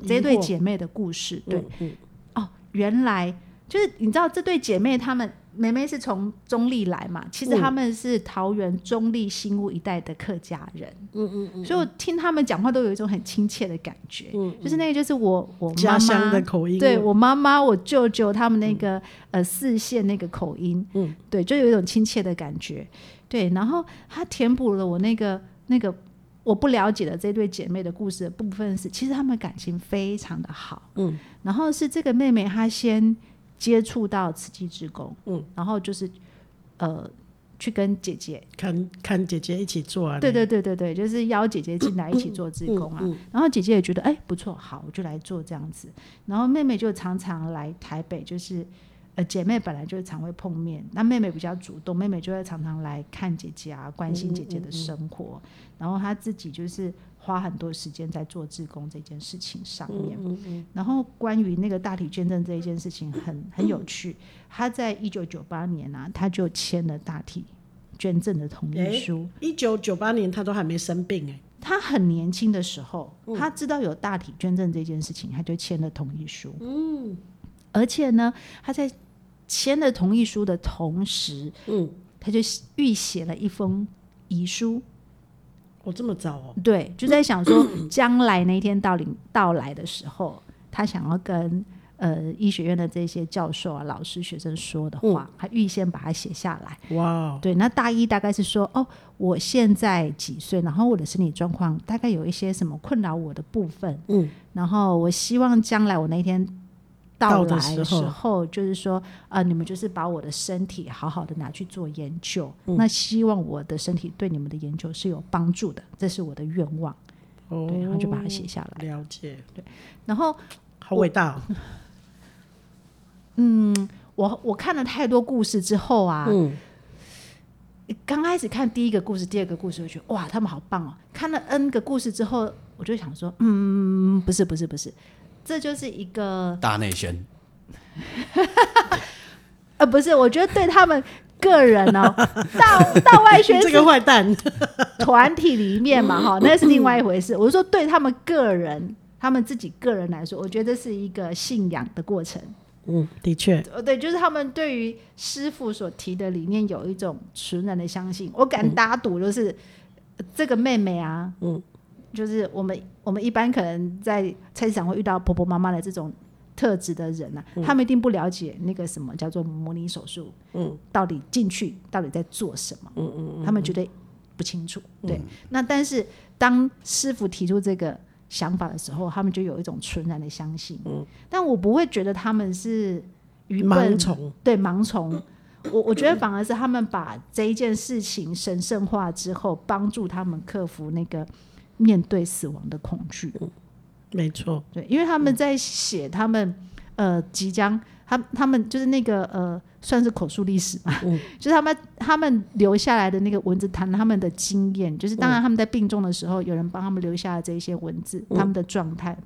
Speaker 3: 这对姐妹的故事。对，
Speaker 2: 嗯
Speaker 3: 哦，原来就是你知道这对姐妹她们。梅梅是从中立来嘛，其
Speaker 2: 嗯
Speaker 3: 实她们是桃园中立新屋一带的客家人，嗯嗯嗯，所以我听他们讲话都有一种很亲切的感觉，就是那个就是我我
Speaker 2: 嗯
Speaker 3: 妈妈
Speaker 2: 家乡的口音，
Speaker 3: 对我妈妈、我舅舅他们那个、呃四县那个口音，嗯，对，就有一种亲切的感觉，对。然后他填补了我那个那个我不了解的这对姐妹的故事的部分是，其实她们感情非常的好，嗯。然后是这个妹妹她先接触到慈济职工，嗯，然后就是呃去跟姐姐
Speaker 2: 看看姐姐一起做啊，
Speaker 3: 对对对对对，就是邀姐姐进来一起做志工啊。然后姐姐也觉得哎、不错，好，我就来做这样子。然后妹妹就常常来台北，就是呃姐妹本来就是常会碰面，那妹妹比较主动，妹妹就会常常来看姐姐啊，关心姐姐的生活。然后她自己就是花很多时间在做志工这件事情上面。然后关于那个大体捐赠这一件事情很很有趣，她在一九九八年啊，她就签了大体捐赠的同意
Speaker 2: 诶
Speaker 3: 书。
Speaker 2: 一九九八年她都还没生病哎、
Speaker 3: 他很年轻的时候，
Speaker 2: 嗯
Speaker 3: 他知道有大体捐赠这件事情，他就签了同意书。嗯，而且呢，他在签了同意书的同时，
Speaker 2: 嗯，
Speaker 3: 他就预写了一封遗书，
Speaker 2: 我这么早哦、
Speaker 3: 对，就在想说 (clears throat) 将来那一天到临到来的时候，他想要跟呃医学院的这些教授啊、老师、学生说的话，
Speaker 2: 嗯
Speaker 3: 他预先把它写下来。
Speaker 2: 哇哦，
Speaker 3: 对，那大一大概是说，哦，我现在几岁，然后我的身体状况大概有一些什么困扰我的部分，
Speaker 2: 嗯，
Speaker 3: 然后我希望将来我那一天
Speaker 2: 到
Speaker 3: 到
Speaker 2: 的
Speaker 3: 来
Speaker 2: 时候
Speaker 3: 时候，就是说，啊，你们就是把我的身体好好的拿去做研究，
Speaker 2: 嗯
Speaker 3: 那希望我的身体对你们的研究是有帮助的，这是我的愿望。
Speaker 2: 哦
Speaker 3: 对，然后就把它写下来。
Speaker 2: 了解，
Speaker 3: 然后
Speaker 2: 好伟大、哦，
Speaker 3: 我我看了太多故事之后啊，
Speaker 2: 嗯，
Speaker 3: 刚开始看第一个故事、第二个故事，我觉得哇，他们好棒哦。看了 N 个故事之后，我就想说，嗯，不是，不是，不是，这就是一个
Speaker 1: 大内宣，
Speaker 3: 呃，不是，我觉得对他们个人
Speaker 2: (laughs)
Speaker 3: 哦，大大外宣
Speaker 2: 这
Speaker 3: 是
Speaker 2: 个坏
Speaker 3: (laughs)
Speaker 2: 蛋，
Speaker 3: 团体里面
Speaker 2: (laughs)
Speaker 3: 嘛，哈，那是另外一回事。我是说，对他们个人，他们自己个人来说，我觉得是一个信仰的过程。
Speaker 2: 嗯，的确，
Speaker 3: 呃，对，就是他们对于师傅所提的理念有一种纯然的相信。我敢打赌，就是、呃这个妹妹啊，
Speaker 2: 嗯
Speaker 3: 嗯，就是我们我们一般可能在菜市场会遇到婆婆妈妈的这种特质的人啊，他们一定不了解那个什么叫做模拟手术，
Speaker 2: 嗯
Speaker 3: 嗯，到底进去到底在做什么，嗯嗯他们觉得不清楚。对，那但是当师傅提出这个。想法的时候，他们就有一种纯然的相信。嗯，但我不会觉得他们是愚笨
Speaker 2: 盲从，
Speaker 3: 对盲从。我我觉得反而是他们把这一件事情神圣化之后，帮助他们克服那个面对死亡的恐惧。
Speaker 2: 没错，
Speaker 3: 对，因为他们在写他们呃即将他他们就是那个呃算是口述历史嘛， (laughs) 就是他们他们留下来的那个文字谈他们的经验，就是当然他们在病中的时候，有人帮他们留下了这一些文字，他们的状态，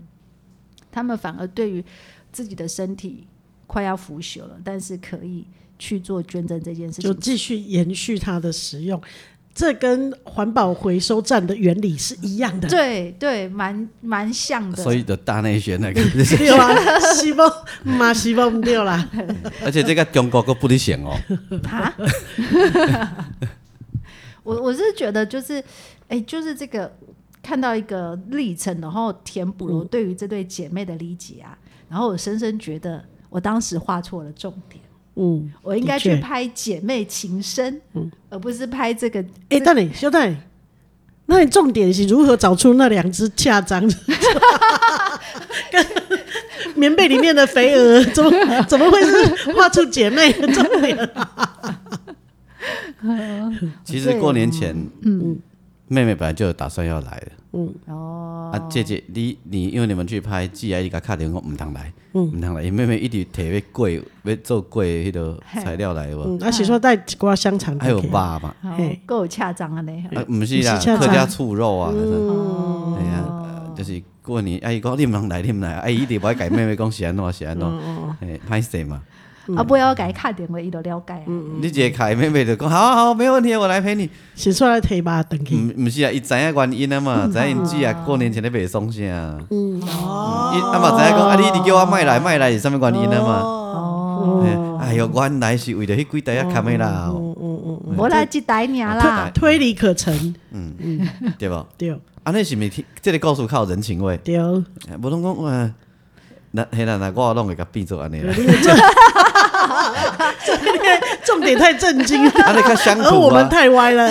Speaker 3: 他们反而对于自己的身体快要腐朽了，但是可以去做捐赠这件事
Speaker 2: 就
Speaker 3: 情，
Speaker 2: 继续延续它的使用，这跟环保回收站的原理是一样的。
Speaker 3: 对对，蛮蛮像的，
Speaker 1: 所以的大内宣那个，
Speaker 2: 对啊，希望嘛希望不对啦，
Speaker 1: 而且这个中国个不理想哦，
Speaker 2: (laughs)
Speaker 3: 啊，我我是觉得就是，哎、就是这个看到一个历程，然后填补了
Speaker 2: 嗯
Speaker 3: 我对于这对姐妹的理解啊，然后我深深觉得我当时画错了重点，
Speaker 2: 嗯，
Speaker 3: 我应该
Speaker 2: 的确嗯
Speaker 3: 去拍姐妹情深，而不是拍这个
Speaker 2: 哎、等你，小等你，那你重点是如何找出那两只恰章？跟棉被里面的肥鹅，怎么怎么会是画出姐妹的重点？
Speaker 1: 其实过年前，嗯，妹妹本来就有打算要来的，
Speaker 3: 哦，
Speaker 1: 啊，姐姐，你你因为你们去拍，既然伊甲敲电话，毋通来，毋通来，因妹妹一直摕要粿，要做粿迄个材料来有无，
Speaker 2: 嗯，而且说带几瓜香肠，
Speaker 1: 还有肉，嘛，
Speaker 3: 好
Speaker 2: 嘿
Speaker 3: 够恰当啊嘞，
Speaker 1: 啊，毋是啦，
Speaker 2: 不是这样啊
Speaker 1: 客家醋肉啊，
Speaker 3: 哦
Speaker 1: 哎呀，呃就是过年，啊，伊讲你毋通来，你毋来，啊，伊一直无爱甲妹妹讲是安怎是安怎，哎，歹势嘛，
Speaker 3: 啊，
Speaker 2: 嗯
Speaker 3: 不要改看点位，伊都了解啊，
Speaker 1: 你一个开妹妹就讲，好好好，没问题，我来陪你，
Speaker 2: 写出来提吧，等去。
Speaker 1: 毋毋是啊，伊知影原因啊嘛，知影因姊啊，过年前咧袂爽啥，嗯，伊啊嘛知影讲，啊，你一直叫我莫来莫来是啥物原因啊嘛。
Speaker 3: 哦，
Speaker 1: 嘿哎哟，原来是为了迄几台啊卡梅啦，
Speaker 3: 我来几代年啦
Speaker 2: 推，推理可成，
Speaker 1: 对无？
Speaker 2: 对
Speaker 1: 安尼是毋是听？即个故事较有人情味，
Speaker 2: 对，
Speaker 1: 哎无拢讲呃，那迄啦，那我拢会甲变做安尼啦，
Speaker 2: 重点太震惊了，
Speaker 1: 安尼较乡
Speaker 2: 而
Speaker 1: 土
Speaker 2: 我们
Speaker 1: 啊，
Speaker 2: 太歪
Speaker 3: (laughs)
Speaker 2: 了，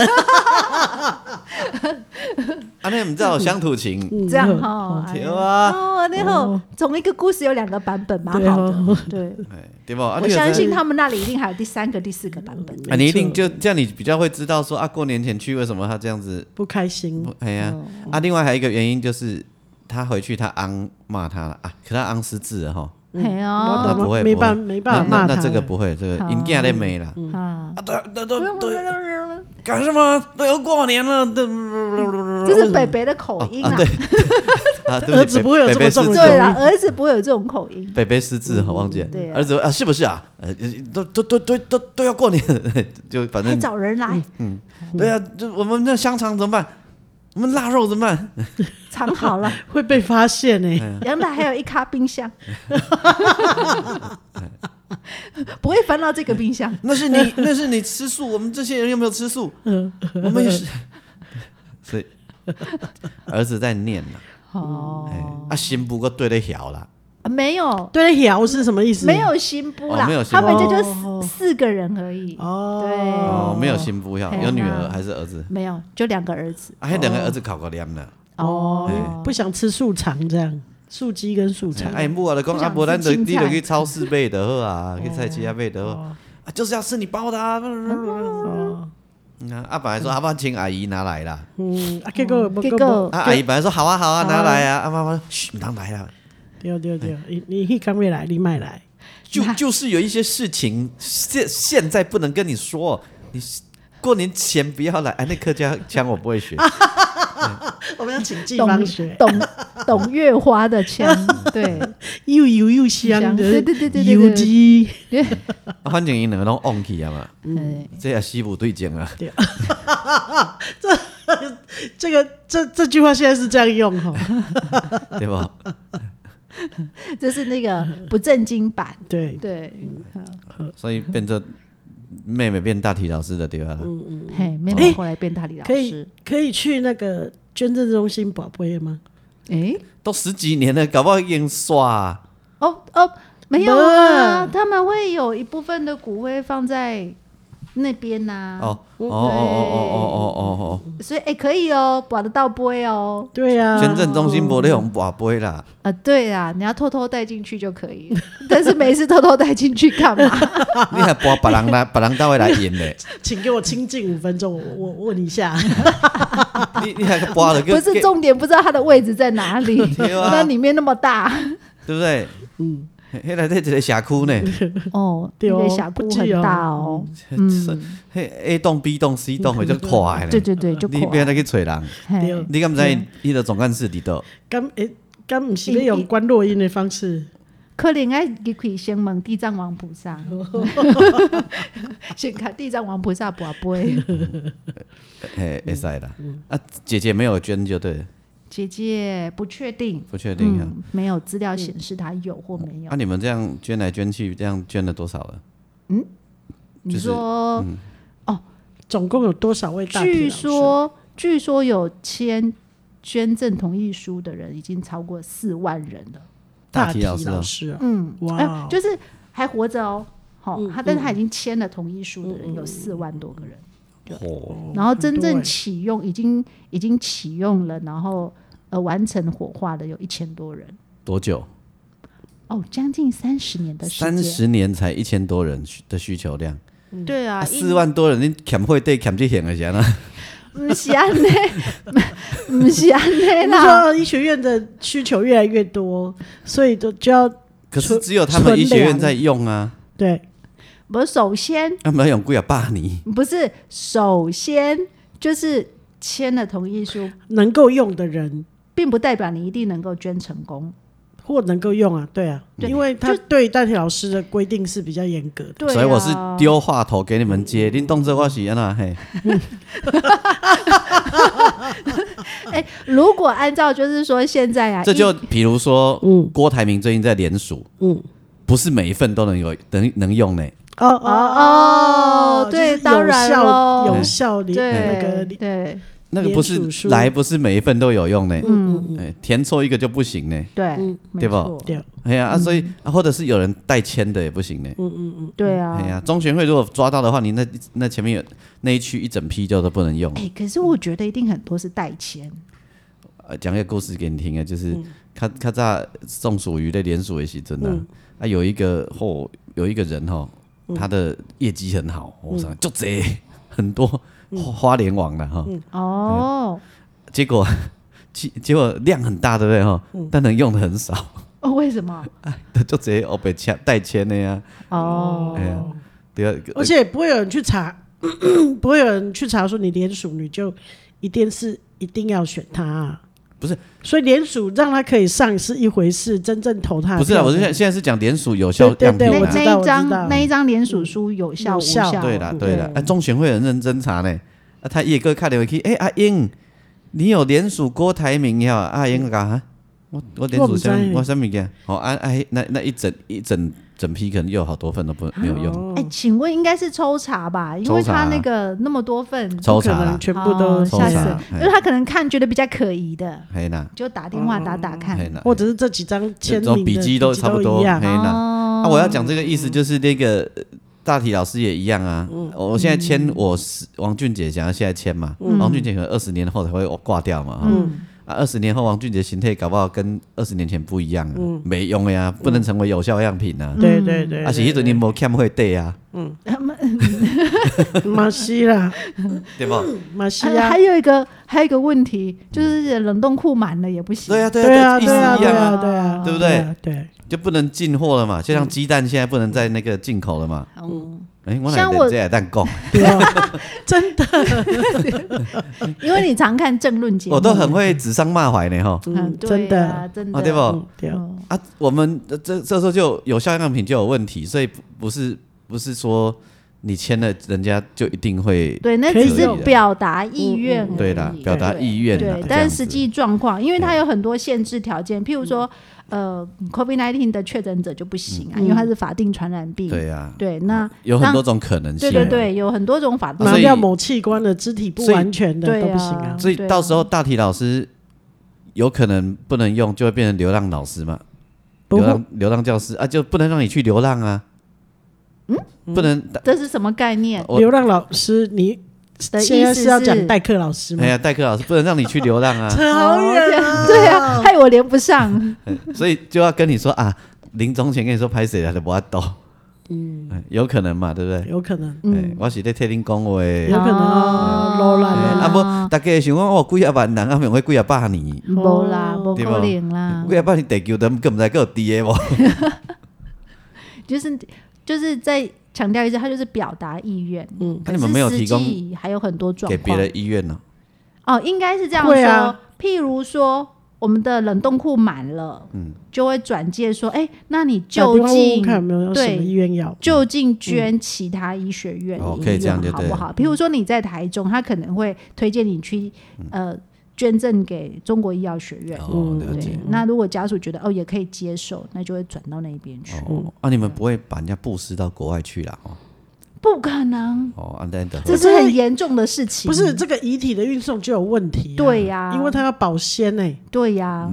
Speaker 1: 安尼毋知有乡土
Speaker 2: 嗯
Speaker 1: 情，
Speaker 3: 这样哈，哎
Speaker 1: 对
Speaker 3: 呀
Speaker 1: 啊，
Speaker 3: 哦，那后从一个故事有两个版本，蛮好
Speaker 2: 对哦
Speaker 3: 的。对，
Speaker 1: 哎对无？啊，
Speaker 3: 我
Speaker 1: 你有
Speaker 3: 相信
Speaker 1: 知
Speaker 3: 他们那里一定还有第三个、第四个版本。
Speaker 1: 啊，你一定就这样，你比较会知道说啊，过年前去为什么他这样子？
Speaker 2: 不开
Speaker 3: 哦
Speaker 2: 心，
Speaker 1: 哎呀，啊，另外还有一个原因就是他回去他昂骂他啊，可他昂失智了吼，
Speaker 3: 哎
Speaker 2: 我
Speaker 3: 呀，
Speaker 2: 懂
Speaker 1: 那不会
Speaker 2: 哦没
Speaker 1: 不会
Speaker 2: 办没
Speaker 1: 那
Speaker 2: 办法
Speaker 1: 那
Speaker 2: 骂
Speaker 1: 那
Speaker 2: 他
Speaker 1: 这个
Speaker 2: 了
Speaker 1: 不会，这个因囝咧骂啦，
Speaker 3: 啊，
Speaker 1: 啊，对对对对。干什么？都要过年了，对
Speaker 3: 这是北北的口音
Speaker 1: 啊
Speaker 3: 啊。
Speaker 1: 对，啊对
Speaker 2: 儿
Speaker 1: 不
Speaker 2: 子
Speaker 1: 起，
Speaker 2: 不会有
Speaker 1: 北
Speaker 2: 这
Speaker 1: 北
Speaker 2: 么
Speaker 1: 失
Speaker 2: 重
Speaker 1: 智，
Speaker 3: 对啦，儿子不会有这种口音。
Speaker 1: 北北失智，我忘记了
Speaker 3: 对。啊
Speaker 1: 儿子啊，是不是啊？呃，都都都都都都要过年，就反
Speaker 3: 还
Speaker 1: 正
Speaker 3: 找人来
Speaker 1: 对啊，就我们那香肠怎么办？我们腊肉怎么办？
Speaker 3: 藏好了，
Speaker 2: 会被发现欸呢、
Speaker 1: 啊嗯
Speaker 3: 原来还有一卡冰
Speaker 1: (laughs)
Speaker 3: 箱，不会翻到这个冰箱。
Speaker 1: 那是 (laughs) 你，那是你吃素，我们这些人有没有吃素？我们也是，嗯 (laughs) 所以儿子在念呐，
Speaker 3: 哦，
Speaker 1: 哎，啊，心不过对得晓啦，
Speaker 3: 没有，
Speaker 2: 对，摇是什么意思？
Speaker 3: 没有新布
Speaker 1: 嗯哦
Speaker 3: 啦
Speaker 1: 没有，新
Speaker 3: 他们
Speaker 1: 布
Speaker 3: 这就
Speaker 2: 哦
Speaker 3: 四四个人而已。
Speaker 2: 哦
Speaker 3: 对。
Speaker 1: 哦，没有心不晓，
Speaker 3: 哎呀
Speaker 1: 有女儿还是儿子？
Speaker 3: 没有，就两个儿子。
Speaker 1: 啊，迄两个儿子考过念呢。
Speaker 3: 哦，
Speaker 2: 不想吃素肠这样，素鸡跟素菜。
Speaker 1: 哎，木啊，就
Speaker 3: 不
Speaker 1: 讲啊，
Speaker 3: 想
Speaker 1: 无咱
Speaker 3: 吃青
Speaker 1: 就你就
Speaker 3: 菜
Speaker 1: 去超市买就好啊，去菜市啊买就好啊，就是要吃你包的啊。
Speaker 2: 哦，
Speaker 1: 嗯啊，啊本来说啊，不然请阿姨拿来啦。
Speaker 2: 嗯，啊，结果
Speaker 3: 哦结
Speaker 2: 结
Speaker 3: 果
Speaker 1: 啊，阿姨本来说好啊好啊，拿来啊。啊妈妈说嘘，不能来啦。
Speaker 2: 对对对，你你迄刚未来，你卖来，
Speaker 1: 就就是有一些事情现现在不能跟你说，你过年前不要来。哎，那客家腔我不会学，
Speaker 2: 我们要请地
Speaker 3: 懂
Speaker 2: 方学，
Speaker 3: 懂懂月花的
Speaker 1: (laughs)
Speaker 3: 腔，对，
Speaker 2: 又油又香
Speaker 3: 香
Speaker 2: 的，
Speaker 3: 对对对对对对
Speaker 2: 油鸡，
Speaker 1: 啊反正因两个拢 on 去啊嘛，
Speaker 3: 嗯，
Speaker 1: 这也西部对劲啊。
Speaker 2: 这个这这句话现在是这样用哈，
Speaker 1: 对吧？
Speaker 3: 这是那 (laughs) 个不正经版，嗯
Speaker 2: 对，
Speaker 3: (laughs) 对，
Speaker 1: 所以变成妹妹变大体老师的对吧？
Speaker 3: 嘿，妹妹后来变大理老
Speaker 2: 可以
Speaker 3: 师，
Speaker 2: 可以去那个捐赠中心宝贝吗？
Speaker 3: 哎，
Speaker 1: 都十几年了，搞不好已经刷、啊。
Speaker 3: 哦哦，没有啊，他们会有一部分的骨灰放在那边呐、
Speaker 1: 哦哦哦哦哦哦哦
Speaker 3: 所以哎、可以哦，保得到杯哦。
Speaker 2: 对啊呀
Speaker 1: 哦，，捐赠中心不那种瓦杯啦，
Speaker 3: 啊，对啦，你要偷偷带进去就可 (laughs) 以，但是没事偷偷带进去干 (laughs) 嘛？
Speaker 1: 你还把别人来，别人单位来演嘞，
Speaker 2: 请给我清静五分钟，我我我问一下，
Speaker 3: (laughs)
Speaker 1: 你你还把了个，
Speaker 3: 不是重点，不知道它的位置在哪里
Speaker 1: 对啊
Speaker 3: 那里面那么大
Speaker 1: 对不对？
Speaker 2: 嗯，
Speaker 1: 嘿，来这一个社区呢，
Speaker 3: 哦，
Speaker 2: 对哦
Speaker 3: 那个峡谷很大哦，嗯，
Speaker 1: (laughs) 嘿 A 栋 B 栋 C 栋的就快嘞
Speaker 3: 对，对对，就
Speaker 1: 你不
Speaker 3: 快，
Speaker 1: 要再去找人，
Speaker 3: 嘿
Speaker 2: 对
Speaker 1: 你敢不知伊的总干事伫倒？
Speaker 2: 刚诶刚不是要用关落音的方式，
Speaker 3: 可能爱你可以先问地藏王菩
Speaker 2: (laughs)
Speaker 3: 萨，先看地藏王菩萨宝
Speaker 2: (laughs)
Speaker 3: 贝。嗯
Speaker 1: 嘿，会使啦。啊，姐姐没有捐就对了，
Speaker 3: 姐姐不确定，
Speaker 1: 不确定啊。嗯
Speaker 3: 嗯，没有资料显示她有或没有。
Speaker 1: 那你们这样捐来捐去，这样捐了多少啊了？
Speaker 3: 你
Speaker 1: 就是嗯
Speaker 3: 说，
Speaker 2: 总共有多少位嗯大体老师？
Speaker 3: 据说据说有签捐赠同意书的人已经超过四万人了。
Speaker 2: 大
Speaker 1: 大
Speaker 2: 体
Speaker 1: 体
Speaker 2: 老
Speaker 1: 老
Speaker 2: 师
Speaker 1: 师
Speaker 2: 老
Speaker 1: 哦
Speaker 2: 师啊，
Speaker 3: 嗯，
Speaker 2: 哇
Speaker 3: 哎
Speaker 2: 哦
Speaker 3: 就是还活着哦。好、他但是他已经签了同意书的人有四万多个人，
Speaker 1: 哦，
Speaker 3: 然后真
Speaker 2: 很多
Speaker 3: 正
Speaker 2: 哎
Speaker 3: 启用已经已经启用了，然后呃完成火化的有一千多人。
Speaker 1: 多久？
Speaker 3: 哦，将近三十年的时间，
Speaker 1: 三十年才一千多人需的需求量，
Speaker 3: 对啊，一
Speaker 1: 四万多人，你欠会对欠这险的钱啊？ (laughs)
Speaker 3: 不是安尼，不是啊安尼
Speaker 2: 他
Speaker 3: 啦。
Speaker 2: 说医学院的需求越来越多，所以就就要
Speaker 1: 可是只有他们医学院在用啊，
Speaker 2: 对
Speaker 3: 不，首先
Speaker 1: 他们用贵啊霸你。
Speaker 3: 不是，首先就是签了同意书，
Speaker 2: 能够用的人
Speaker 3: 并不代表你一定能够捐成功。
Speaker 2: 或能够用啊，对啊，因为他对大体老师的规定是比较严格的。
Speaker 3: 对、啊，嗯
Speaker 1: 所以我是丢话头给你们接，你动这我是安那嘿，
Speaker 3: 哎、如果按照就是说现在啊，
Speaker 1: 这就
Speaker 3: 一
Speaker 1: 比如说，
Speaker 2: 嗯
Speaker 1: 郭台铭最近在联署，
Speaker 2: 嗯，
Speaker 1: 不是每一份都能有能能用呢，
Speaker 2: 哦哦
Speaker 3: 哦
Speaker 2: 哦，
Speaker 3: 对
Speaker 2: 就是
Speaker 3: 当
Speaker 2: 有
Speaker 3: 然
Speaker 2: 效
Speaker 3: 咯
Speaker 2: 有效的那
Speaker 1: 嗯
Speaker 3: 对
Speaker 2: 个
Speaker 3: 对
Speaker 1: 那个不是
Speaker 2: 联署书
Speaker 1: 来不是每一份都有用呢，
Speaker 2: 嗯
Speaker 1: 哎填错一个就不行呢，
Speaker 3: 对，
Speaker 1: 对
Speaker 3: 没
Speaker 1: 吧
Speaker 3: 错，
Speaker 2: 对
Speaker 1: 哎呀啊，所以啊或者是有人代签的也不行呢，
Speaker 2: 嗯
Speaker 3: 对
Speaker 1: 哎
Speaker 3: 啊。
Speaker 1: 呀，中选会如果抓到的话，你那那前面有那一区一整批就都不能用。
Speaker 3: 哎、可是我觉得一定很多是代签，
Speaker 1: 呃，讲一个故事给你听啊，就是
Speaker 2: 嗯
Speaker 1: 他他在宋属于的联署的时阵呢、啊，
Speaker 2: 嗯
Speaker 1: 有一个吼、有一个人吼、他的业绩很好，
Speaker 2: 嗯
Speaker 1: 我想就这很多花花联网了哈、
Speaker 2: 嗯
Speaker 3: 哦，
Speaker 1: 结果 (laughs) 结结果量很大，对不对哈、
Speaker 2: 嗯
Speaker 1: 但能用的很少，
Speaker 3: 哦，为什么？
Speaker 1: 就这哦被签代签的呀、
Speaker 3: 哦，
Speaker 1: 哎呀，对啊，
Speaker 2: 而且也不会有人去查， (clears throat) 不会有人去查说你联署，你就一定是一定要选他、啊。
Speaker 1: 不是，
Speaker 2: 所以联署让他可以上是一回事，真正投他的
Speaker 1: 不是啊，
Speaker 2: 票
Speaker 1: 我是
Speaker 2: 的
Speaker 1: 现现在是讲联署有效
Speaker 2: 对
Speaker 1: 样
Speaker 2: 对
Speaker 1: 品
Speaker 3: 那
Speaker 2: 我
Speaker 1: 啊
Speaker 2: 知道，
Speaker 3: 那
Speaker 2: 我
Speaker 3: 一
Speaker 2: 知
Speaker 3: 张
Speaker 2: 道
Speaker 3: 那一张联署书有效
Speaker 2: 有
Speaker 3: 无
Speaker 2: 效
Speaker 3: 效？
Speaker 1: 对啦
Speaker 2: 嗯
Speaker 1: 对啦，啊，中选会很认真查呢。啊，他叶哥看了去，哎、阿英，你有联署郭台铭呀？阿英讲哈，我我联
Speaker 2: 我
Speaker 1: 署
Speaker 2: 不知
Speaker 1: 什
Speaker 2: 道
Speaker 1: 么我什么件？哦，啊啊，那那一整一整整批可能又有好多份都不没有
Speaker 2: 啊
Speaker 1: 用，
Speaker 3: 哎、请问应该是抽查吧？因
Speaker 1: 抽
Speaker 3: 为他
Speaker 1: 查
Speaker 3: 那个那么多份，
Speaker 1: 抽
Speaker 2: 可
Speaker 1: 查
Speaker 2: 能
Speaker 1: 啦，
Speaker 2: 全部都
Speaker 3: 哦
Speaker 2: 是
Speaker 1: 抽
Speaker 3: 吓死
Speaker 1: 查
Speaker 3: 了，
Speaker 1: 哎
Speaker 3: 就是他可能看觉得比较可疑的，
Speaker 1: 嘿啦，
Speaker 3: 就打电
Speaker 2: 嗯
Speaker 3: 话打打看。
Speaker 1: 嘿啦，
Speaker 2: 或者是这几张签
Speaker 1: 哎这
Speaker 2: 名的
Speaker 1: 种笔记都差不多，
Speaker 2: 一
Speaker 1: 嘿
Speaker 2: 样。
Speaker 1: 啦。
Speaker 3: 哦
Speaker 1: 啊，我要讲这个意思就是那个呃大体老师也一样啊。我现在签，我是王俊杰想要现在签嘛，王俊杰可能二十年后才会挂掉嘛。哈
Speaker 3: 嗯
Speaker 1: 啊，二十年后王俊杰形态搞不好跟二十年前不一样了，啊没用的呀，不能成为有效样品啊。
Speaker 2: 对对对，
Speaker 1: 而且迄阵你无欠会对啊，
Speaker 2: 马西啦，
Speaker 1: 对不？
Speaker 2: 马西
Speaker 3: 还还
Speaker 2: 啊，
Speaker 3: 有一个还有一个问题，就是冷冻库满了也不行。
Speaker 1: 对啊，对
Speaker 2: 对啊
Speaker 1: 啊，意
Speaker 2: 对啊
Speaker 1: 思一
Speaker 2: 对
Speaker 1: 样
Speaker 2: 啊
Speaker 1: 啊，
Speaker 2: 对啊，
Speaker 1: 对不对
Speaker 2: 啊？对，
Speaker 1: 就不能进货了嘛。就像鸡蛋现在不能在那个进口了嘛。
Speaker 3: 嗯，
Speaker 1: 哎，我哪
Speaker 3: 像我
Speaker 1: 能这样蛋供？
Speaker 2: 对啊，真的，
Speaker 3: 因为你常看政论节目，
Speaker 1: 我都很会指桑骂槐呢哈。
Speaker 3: 嗯，
Speaker 2: 嗯，
Speaker 3: 对
Speaker 2: 真
Speaker 3: 啊
Speaker 2: 的，
Speaker 3: 真的，
Speaker 1: 啊，对不？
Speaker 2: 嗯对啊，
Speaker 3: 嗯
Speaker 1: 啊，我们这这这时候就有效样品就有问题，所以不不是不是说你签了人家就一定会
Speaker 3: 对，那
Speaker 2: 可以
Speaker 3: 只是
Speaker 1: 的
Speaker 3: 表达意愿而已，
Speaker 1: 对啦，表达
Speaker 3: 对
Speaker 1: 意愿啦
Speaker 3: 对，
Speaker 1: 这
Speaker 3: 但
Speaker 1: 样
Speaker 3: 是
Speaker 1: 子嗯
Speaker 3: 实际状况，因为它有很多限制条件，譬如说，呃，COVID-19 的确诊者就不行啊，因为它是法定传染病。
Speaker 1: 嗯对呀，
Speaker 3: 对，那
Speaker 1: 有很多种可能性
Speaker 3: 对
Speaker 1: 啊。
Speaker 3: 对对，有很多种法定
Speaker 1: 啊
Speaker 2: 拿
Speaker 1: 所以
Speaker 2: 掉某器官的肢体不
Speaker 1: 所以
Speaker 2: 完全的
Speaker 3: 对
Speaker 2: 都不
Speaker 3: 啊
Speaker 2: 行啊，
Speaker 1: 所以
Speaker 3: 对啊
Speaker 1: 到时候大体老师有可能不能用，就会变成流浪老师嘛，
Speaker 2: 不
Speaker 1: 流
Speaker 2: 会
Speaker 1: 浪流浪教师啊，就不能让你去流浪啊，嗯，不能
Speaker 3: 这是什么概念？
Speaker 1: 我
Speaker 2: 流浪老师，你
Speaker 3: 的
Speaker 2: 现
Speaker 3: 意
Speaker 2: 在
Speaker 3: 思
Speaker 2: 是要讲
Speaker 3: 是
Speaker 2: 代课老师吗
Speaker 1: 哎？呀，代课老师不能让你去流浪
Speaker 3: (laughs)
Speaker 1: 啊，
Speaker 2: 扯好远啊！
Speaker 3: 哦对啊，害我连不上。
Speaker 1: 所以就要跟你说啊，临终前跟你说拍谁来的不要抖，嗯，有可能嘛，对不对？
Speaker 2: 有可能，
Speaker 3: 嗯
Speaker 1: 哎，我是在替恁讲话的。
Speaker 2: 有可能
Speaker 3: 哦
Speaker 2: 啊，罗
Speaker 1: 哎
Speaker 2: 兰
Speaker 1: 啊
Speaker 2: 啊，
Speaker 1: 不，大家想讲我几啊万人，啊免费几啊百年，
Speaker 3: 无啦，无
Speaker 1: 对
Speaker 3: 可
Speaker 1: 不
Speaker 3: 能啦，
Speaker 1: 几啊百年地球都根本在有低的无。
Speaker 3: 就是就是在强调一次，它就是表达意愿。嗯，
Speaker 1: 啊那你们没有提供
Speaker 3: 还有很多状
Speaker 1: 给
Speaker 3: 况
Speaker 1: 别的医院啊呢、
Speaker 3: 哦，应该是这样
Speaker 2: 会
Speaker 3: 说。
Speaker 2: 啊
Speaker 3: 譬如说，我们的冷冻库满了，
Speaker 1: 嗯
Speaker 3: 就会转介说，哎、那你就
Speaker 2: 打电话问问
Speaker 3: 近
Speaker 2: 看有没有什么
Speaker 3: 对
Speaker 2: 医院要，
Speaker 3: 就近捐其他医学院、
Speaker 1: 哦
Speaker 3: 医
Speaker 1: 可以这样
Speaker 3: 院
Speaker 1: 就
Speaker 3: 好
Speaker 1: 对
Speaker 3: 不
Speaker 1: 了
Speaker 3: 好？譬如说你在台中，他可能会推荐你去、呃捐赠给中国医药学院。
Speaker 1: 嗯哦，了解
Speaker 3: 对。，
Speaker 2: 嗯
Speaker 3: 那如果家属觉得哦也可以接受，那就会转到那边去。
Speaker 1: 哦，啊，你们不会把人家布施到国外去啦？哦，
Speaker 3: 不可能，
Speaker 1: 哦，安等等，
Speaker 3: 这是很严重的事情。
Speaker 2: 不是这个遗体的运送就有问题啊，
Speaker 3: 对呀
Speaker 2: 因为它要保鲜欸呢。
Speaker 3: 对呀、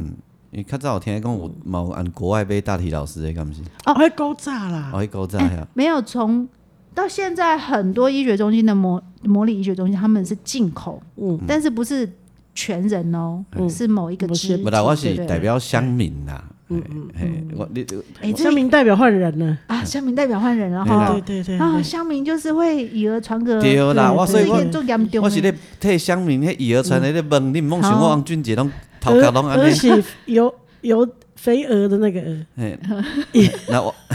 Speaker 1: 你较早有听讲有毛按国外被大体老师的，敢不是？
Speaker 2: 哦，会勾炸啦，
Speaker 1: 哦，迄古早 (coughs) 呀，
Speaker 3: 没有从到现在很多医学中心的模模拟医学中心，他们是进口，
Speaker 2: 嗯
Speaker 3: 但是不是全人哦，是某一个
Speaker 2: 某些
Speaker 3: 支
Speaker 2: 嗯
Speaker 1: 不啦，我
Speaker 3: 对
Speaker 1: 是
Speaker 3: 对
Speaker 1: 代表乡民啦。嗯嗯，我你
Speaker 3: 哎，这
Speaker 2: 乡民代表换人了，
Speaker 3: 啊，乡民代表换人了
Speaker 1: 对
Speaker 3: 哈
Speaker 2: 对。对对，
Speaker 3: 啊，
Speaker 2: 对
Speaker 3: 乡民就是会以讹传讹，
Speaker 1: 对啦，
Speaker 2: 对
Speaker 1: 我所以
Speaker 3: 这
Speaker 1: 我
Speaker 3: 是做严重
Speaker 1: 我是
Speaker 3: 的
Speaker 1: 咧替乡民迄以讹传讹咧问，你毋想我王俊杰拢头壳拢安
Speaker 2: 而
Speaker 1: 尼。
Speaker 2: 且有有肥鹅的那个呃鹅，
Speaker 1: 嘿那我 (laughs)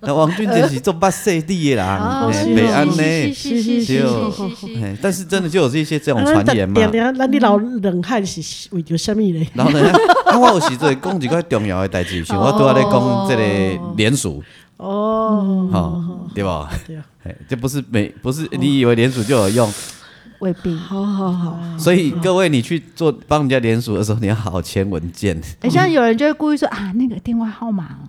Speaker 1: 那王俊杰是做捌世地的人，
Speaker 3: 哦，
Speaker 1: 嘿
Speaker 3: 是
Speaker 1: 袂
Speaker 3: 是
Speaker 1: 安
Speaker 3: 是
Speaker 1: 尼。
Speaker 3: 是是是是
Speaker 1: 对
Speaker 3: 是是是，
Speaker 1: 嘿但是真的就有这些这种
Speaker 2: 啊
Speaker 1: 传
Speaker 2: 咱
Speaker 1: 言嘛
Speaker 2: 点。点，那你老冷汗是为着什么嘞？
Speaker 1: 然后呢，啊，我有时阵讲一个重要的代志，像我拄仔咧讲这个联署，
Speaker 2: 哦，
Speaker 1: 吼，对吧？
Speaker 2: 对啊，
Speaker 1: 嘿这不是没不是你以为联署就有用，
Speaker 3: 胃病。
Speaker 2: 好好好，
Speaker 1: 所以各位你去做帮人家联署的时候，你要好好签文件。
Speaker 3: 哎，像有人就会故意说啊，那个电话号码哦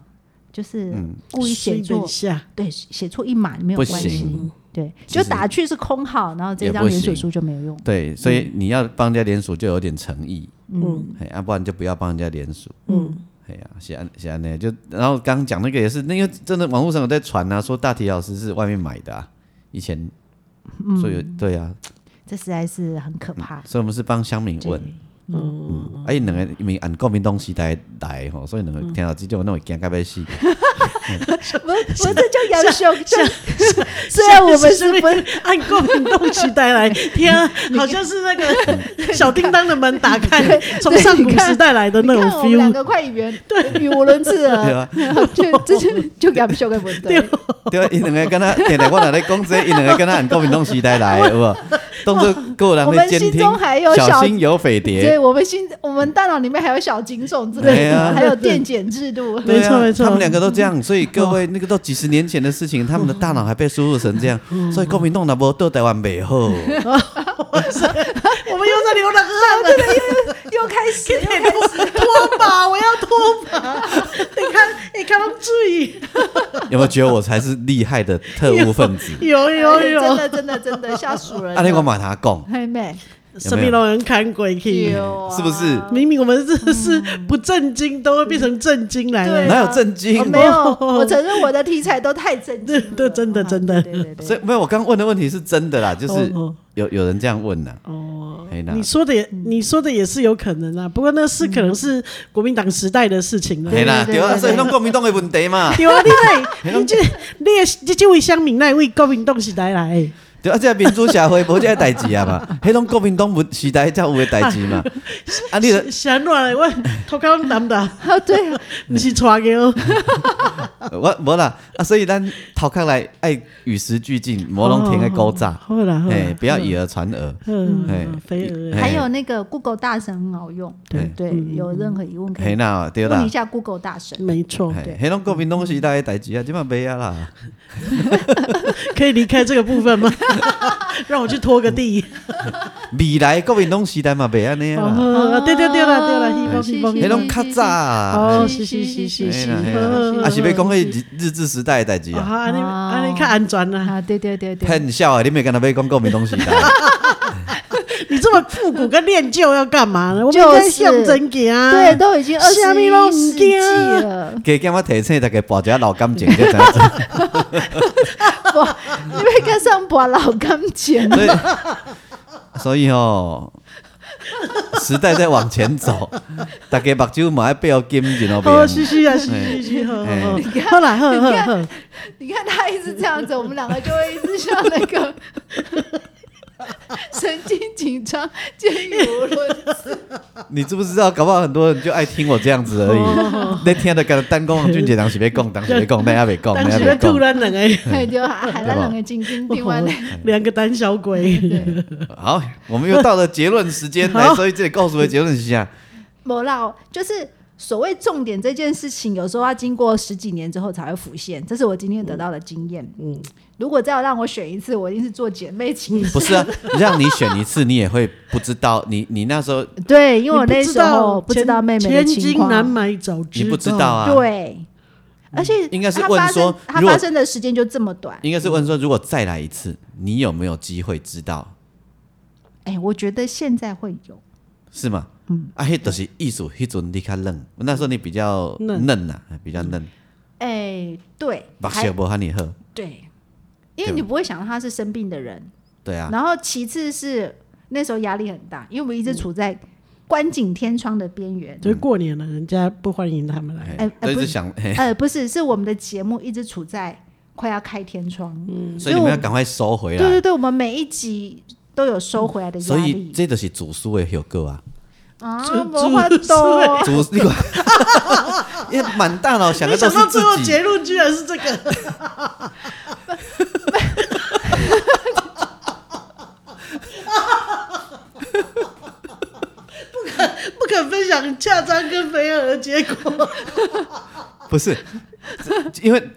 Speaker 3: 就是故意写
Speaker 2: 睡一
Speaker 3: 错，
Speaker 2: 下，
Speaker 3: 对，写错一码没有
Speaker 1: 不
Speaker 3: 关系
Speaker 1: 行，
Speaker 3: 对，
Speaker 1: 其
Speaker 3: 就
Speaker 1: 实
Speaker 3: 打去是空号，然后这
Speaker 1: 也
Speaker 3: 张
Speaker 1: 不
Speaker 3: 连锁
Speaker 1: 行
Speaker 3: 书就没有用。
Speaker 1: 对，所以你要帮人家联署就有点诚意，
Speaker 2: 嗯。
Speaker 1: 嘿，要、不然就不要帮人家联署。
Speaker 2: 嗯
Speaker 1: 哎呀，是安是安呢，就然后刚刚讲那个也是，那个真的网络上有在传啊，说大体老师是外面买的啊，以前，
Speaker 3: 嗯
Speaker 1: 所以对啊，
Speaker 3: 这实在是很可怕。
Speaker 1: 所以我们是帮乡民嗯问，嗯，哎、因两个因为按国民党时代来吼，所以两个听到这种那会惊到要死，
Speaker 3: 嗯不，不是就杨雄， (laughs) 虽然我们是不
Speaker 2: 是按共鸣动起带来？天
Speaker 3: (laughs)
Speaker 2: 啊，好像是那个小叮当的门打开，从上古时代来的那种
Speaker 3: 你看我们两
Speaker 2: feel。
Speaker 3: 个快语言语无伦次
Speaker 1: 对
Speaker 3: 了，
Speaker 1: 啊，
Speaker 3: 就这就就杨雄跟文对，
Speaker 1: 对啊，因两个跟他， (laughs) 听来我哪在讲这个，因两个跟他按国民党时代来的，有无？当作个
Speaker 3: (laughs)
Speaker 1: 人
Speaker 3: 我
Speaker 1: 会
Speaker 3: 们
Speaker 1: 监
Speaker 3: 心
Speaker 1: 听
Speaker 3: 中，还有
Speaker 1: 小
Speaker 3: 小
Speaker 1: 心有匪
Speaker 3: 对，
Speaker 1: 谍，
Speaker 3: 我们心我们大脑里面还有小警种之类
Speaker 1: 对啊
Speaker 3: 的，还有电检制
Speaker 1: (laughs)
Speaker 3: 度。
Speaker 2: 没错
Speaker 1: 对啊
Speaker 2: 没错
Speaker 1: 他们两个都这样，所以各位那个都几十年前的事情，他们的大脑还被输入成这
Speaker 2: (laughs)
Speaker 1: 样，
Speaker 2: 嗯
Speaker 1: 所以国民党那波都台湾袂好。
Speaker 2: 我们又在流浪汉了，
Speaker 3: 又开始，
Speaker 1: (laughs)
Speaker 3: 又开始，
Speaker 2: 拖把，我要拖把。你看，你看到注意，
Speaker 1: 有没有觉得我才是厉害的特务分子
Speaker 2: (laughs) ？有有
Speaker 1: 哎
Speaker 3: 哎真
Speaker 2: 有，
Speaker 3: 的真的真的吓死人
Speaker 1: 啊，你我
Speaker 3: 了。
Speaker 1: 马他讲，
Speaker 3: 嘿妹，哎
Speaker 2: 生命都能看鬼去。
Speaker 3: 有嗯
Speaker 1: 是不是
Speaker 2: 明明我们这是不正经，都会变成正经来了。
Speaker 3: 对啊
Speaker 1: 哪有震惊
Speaker 3: 我？没有，我承认我的题材都太震惊
Speaker 1: (laughs)
Speaker 3: 了。
Speaker 2: 对真的真的
Speaker 3: 对对对
Speaker 1: 所以没有，我刚问的问题是真的啦，就是
Speaker 2: 哦
Speaker 1: 有有人这样问呐。哦，
Speaker 2: 你说的也，你说的也是有可能啊。不过那是可能是国民党时代的事情了。
Speaker 1: 嘿啦，
Speaker 3: 对对对
Speaker 1: 对啊，
Speaker 3: 对
Speaker 1: 所以弄国民党的问题嘛，
Speaker 2: 有
Speaker 1: (laughs)
Speaker 2: 啊，你这、你这、你也是你这位乡民，那位国民党时代来的，
Speaker 1: 对啊，这民主社会无这个代志
Speaker 2: (laughs)
Speaker 1: 啊嘛，迄种国民党文时代才有的代志嘛。啊，你的哦
Speaker 2: 是安怎来？我头壳拢男
Speaker 1: (laughs)
Speaker 2: 的，
Speaker 3: 啊，对啊，
Speaker 2: (laughs) 不是哦传给我。
Speaker 1: 我无啦啊，所以咱头壳来爱与时俱进，魔龙
Speaker 2: 哦
Speaker 1: 亭的勾炸，
Speaker 2: 好啦好
Speaker 1: 哎，
Speaker 2: 啦，
Speaker 1: 不要以讹传讹。嘿
Speaker 2: 嗯，飞蛾
Speaker 1: 嘿
Speaker 3: 还有那个 Google 大神很好用，
Speaker 1: 哎对嗯
Speaker 3: 对，有任何疑问可
Speaker 1: 嘿
Speaker 3: 以
Speaker 1: 啦，对
Speaker 3: 问
Speaker 1: 啦
Speaker 3: 一，下 Google 大神。
Speaker 2: 没错，
Speaker 1: 嘿迄种国民党时代的代志啊，即嘛袂
Speaker 2: (laughs)
Speaker 1: 啊啦。
Speaker 2: 可以离开这个部分
Speaker 1: (laughs)
Speaker 2: 吗？ (laughs) 让我去拖个地。
Speaker 1: 未来国民党时代嘛袂安尼啊啦，哦
Speaker 2: 哦，对对对啦对啦，希望希望
Speaker 3: 是
Speaker 1: 迄种较早啊，
Speaker 2: 哦，是是是是
Speaker 1: 嘿
Speaker 2: 是，
Speaker 1: 啦嘿
Speaker 2: 好好
Speaker 1: 啦
Speaker 2: 好
Speaker 1: 啊是要讲迄日日治时代的代志啊。
Speaker 2: 啊，安尼安尼较安全啦。
Speaker 3: 啊，对对对对，
Speaker 1: 很笑啊！你没跟他被讲国民
Speaker 2: (laughs)
Speaker 1: 党时代，
Speaker 2: 你这么复古跟练旧要干嘛呢？我们
Speaker 3: 就是
Speaker 2: 在向真给啊，
Speaker 3: 对，都已经二
Speaker 2: 下面都不
Speaker 3: 十一世纪 (laughs) 了，
Speaker 1: 给给我啊提醒大家保一下老感情，就知道
Speaker 2: (laughs)
Speaker 3: 因为跟上博老钢
Speaker 1: (laughs)
Speaker 3: 琴，
Speaker 1: 所以所以哦，时代在往前走，大家目睭嘛要标金然后
Speaker 2: 哦，
Speaker 1: 别
Speaker 2: 是是啊，是是是，好
Speaker 1: 哎
Speaker 2: 好好，好啦，好
Speaker 3: 你
Speaker 2: 好
Speaker 3: 看
Speaker 2: 好，
Speaker 3: 你看他一直这样子，我们两个就会一直像那
Speaker 1: (laughs)
Speaker 3: 个神经紧张、监语无伦次。
Speaker 1: 你知不知道？搞不好很多人就爱听我这样子而
Speaker 3: 哦
Speaker 1: 已。那天的跟单公王俊杰当时别嗯讲，当时别讲，那也别讲，
Speaker 2: 但
Speaker 1: 那
Speaker 2: 是
Speaker 1: 也
Speaker 2: 要
Speaker 1: 别
Speaker 2: 突
Speaker 1: 讲。
Speaker 2: 然两个
Speaker 3: (laughs) 哎，就喊喊他两个静静听
Speaker 1: 哦
Speaker 3: 完了，
Speaker 2: (laughs) 两个胆小鬼，
Speaker 3: (laughs) 对，
Speaker 1: 好，我们又到了结论时间，来，所以这里告诉我的结论是这样。
Speaker 3: 没啦，就是。所谓重点这件事情，有时候要经过十几年之后才会浮现，这是我今天得到的经验。嗯，如果再要让我选一次，我一定是做姐妹情。
Speaker 1: 不是啊，让你选一次，你也会不知道。你你那时候
Speaker 3: (laughs) 对，因为我那
Speaker 2: 你不知
Speaker 3: 时
Speaker 2: 道
Speaker 3: 候不知道妹妹的
Speaker 2: 千
Speaker 3: 情
Speaker 2: 金
Speaker 3: 况，
Speaker 2: 难买早知
Speaker 1: 你不知道啊。
Speaker 3: 对，而且
Speaker 1: 应该是
Speaker 3: 它
Speaker 1: 问
Speaker 3: 发生
Speaker 1: 说
Speaker 3: 它
Speaker 1: 如果
Speaker 3: 发生的时间就这么短。
Speaker 1: 应该是问说，如果再来一次，你有没有机会知道？
Speaker 3: 哎、我觉得现在会有，
Speaker 1: 是吗？嗯，啊，迄都是艺术，迄阵你较嫩，那时候你比较
Speaker 2: 嫩
Speaker 1: 嫩呐、比较嫩，
Speaker 3: 哎、对，
Speaker 1: 目
Speaker 3: 嗯还
Speaker 1: 色无喊你好，
Speaker 3: 对，因为你不会想到他是生病的人，
Speaker 1: 对啊，
Speaker 3: 然后其次是那时候压力很大，因为我们一直处在关紧天窗的边缘。
Speaker 2: 就是过年了，人家不欢迎他们来。
Speaker 1: 哎
Speaker 3: 哎，
Speaker 1: 都一
Speaker 3: 不
Speaker 1: 直
Speaker 3: 是
Speaker 1: 想，嘿
Speaker 3: 呃，不是，是我们的节目一直处在快要开天窗。
Speaker 1: 所以你
Speaker 3: 因为
Speaker 1: 们
Speaker 3: 我
Speaker 1: 要赶快收回
Speaker 3: 对
Speaker 1: 来。
Speaker 3: 对对，我们每一集都有收回来的压
Speaker 1: 所
Speaker 3: 力
Speaker 1: 以。这就是主书的效果啊，
Speaker 3: 啊，
Speaker 2: 这
Speaker 3: 魔幻豆，
Speaker 1: 主你看， (laughs) 因为满大脑想
Speaker 2: 没
Speaker 1: 的都
Speaker 2: 想
Speaker 1: 是
Speaker 2: 到最后
Speaker 1: 自己
Speaker 2: 结，论居然是这个， (laughs) 不肯分享恰章跟肥儿的结果。
Speaker 1: 不是，这因为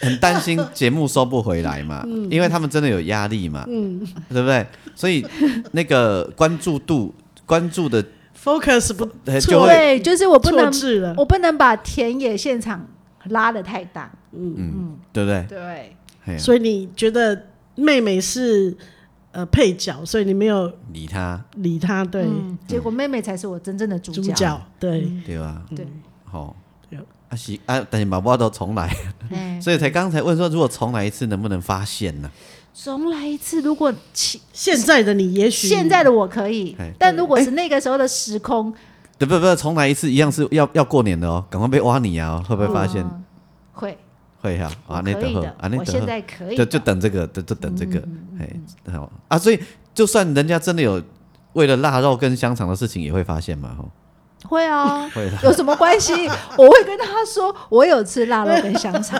Speaker 1: 很担心节目收不回来嘛，
Speaker 2: 嗯
Speaker 1: 因为他们真的有压力嘛，对不对？所以那个关注度、关注的
Speaker 2: focus 不
Speaker 1: 哎
Speaker 2: 错
Speaker 1: 就会
Speaker 3: 对，就是我不能
Speaker 2: 错置了
Speaker 3: 我不能把田野现场拉得太大。
Speaker 1: 对不对？啊
Speaker 3: 对，
Speaker 1: 嘿
Speaker 2: 所以你觉得妹妹是呃配角，所以你没有
Speaker 1: 理他，
Speaker 2: 理她，对、
Speaker 3: 嗯，结果妹妹才是我真正的主嗯
Speaker 2: 主角，对，
Speaker 1: 对吧？
Speaker 3: 对，
Speaker 1: 好
Speaker 2: 对，嗯
Speaker 1: 啊是啊，但是嘛，我都重来，
Speaker 3: 哎，
Speaker 1: 所以才刚才问说，如果重来一次，能不能发现呢？
Speaker 3: 重来一次，如果起
Speaker 2: 现在的你也许
Speaker 3: 现在的我可以
Speaker 1: 哎，
Speaker 3: 但如果是那个时候的时空，
Speaker 1: 对不不，重来一次一样是要要过年的哦，赶快被挖你啊，会不会发
Speaker 2: 哦
Speaker 1: 现？
Speaker 3: 嗯会，
Speaker 1: 会哈，
Speaker 3: 我
Speaker 1: 啊，
Speaker 3: 可
Speaker 1: 那
Speaker 3: 以
Speaker 1: 等
Speaker 3: 的
Speaker 1: 啊，，那
Speaker 3: 我现在可以
Speaker 1: 就
Speaker 3: 的，嗯
Speaker 1: 就等这个，就就等这个，哎，好啊，所以就算人家真的有为了腊肉跟香肠的事情，也会发现嘛，吼，
Speaker 3: (laughs) 会啊，
Speaker 1: (laughs) 会啦，
Speaker 3: 有什么关系？我会跟他说， (laughs) 我有吃腊肉跟香
Speaker 1: (laughs)
Speaker 3: 肠。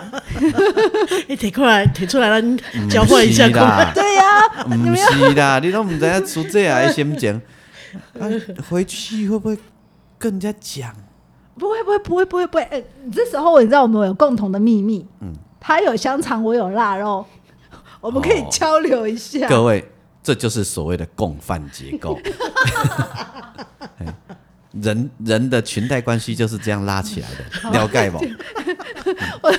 Speaker 2: 哎，提出来，提出来了，你交换一下
Speaker 1: 嗯不是啊啦，
Speaker 3: 对呀，你
Speaker 1: 唔
Speaker 3: 们要
Speaker 1: 是啦， (laughs) 你都唔知影出这样的心情， (laughs) 啊，回去会不会跟人家
Speaker 3: (laughs)
Speaker 1: 讲？
Speaker 3: 不会不会不会不会不会，呃，这时候你知道我们有共同的秘密，嗯，他有香肠，我有腊
Speaker 1: (laughs)
Speaker 3: 肉，我们可以
Speaker 1: 哦
Speaker 3: 交流一下。
Speaker 1: 各位，这就是所谓的共犯结构。嘿人
Speaker 3: (laughs)
Speaker 1: 人的裙带关系就是这样拉起来的，了解不？嗯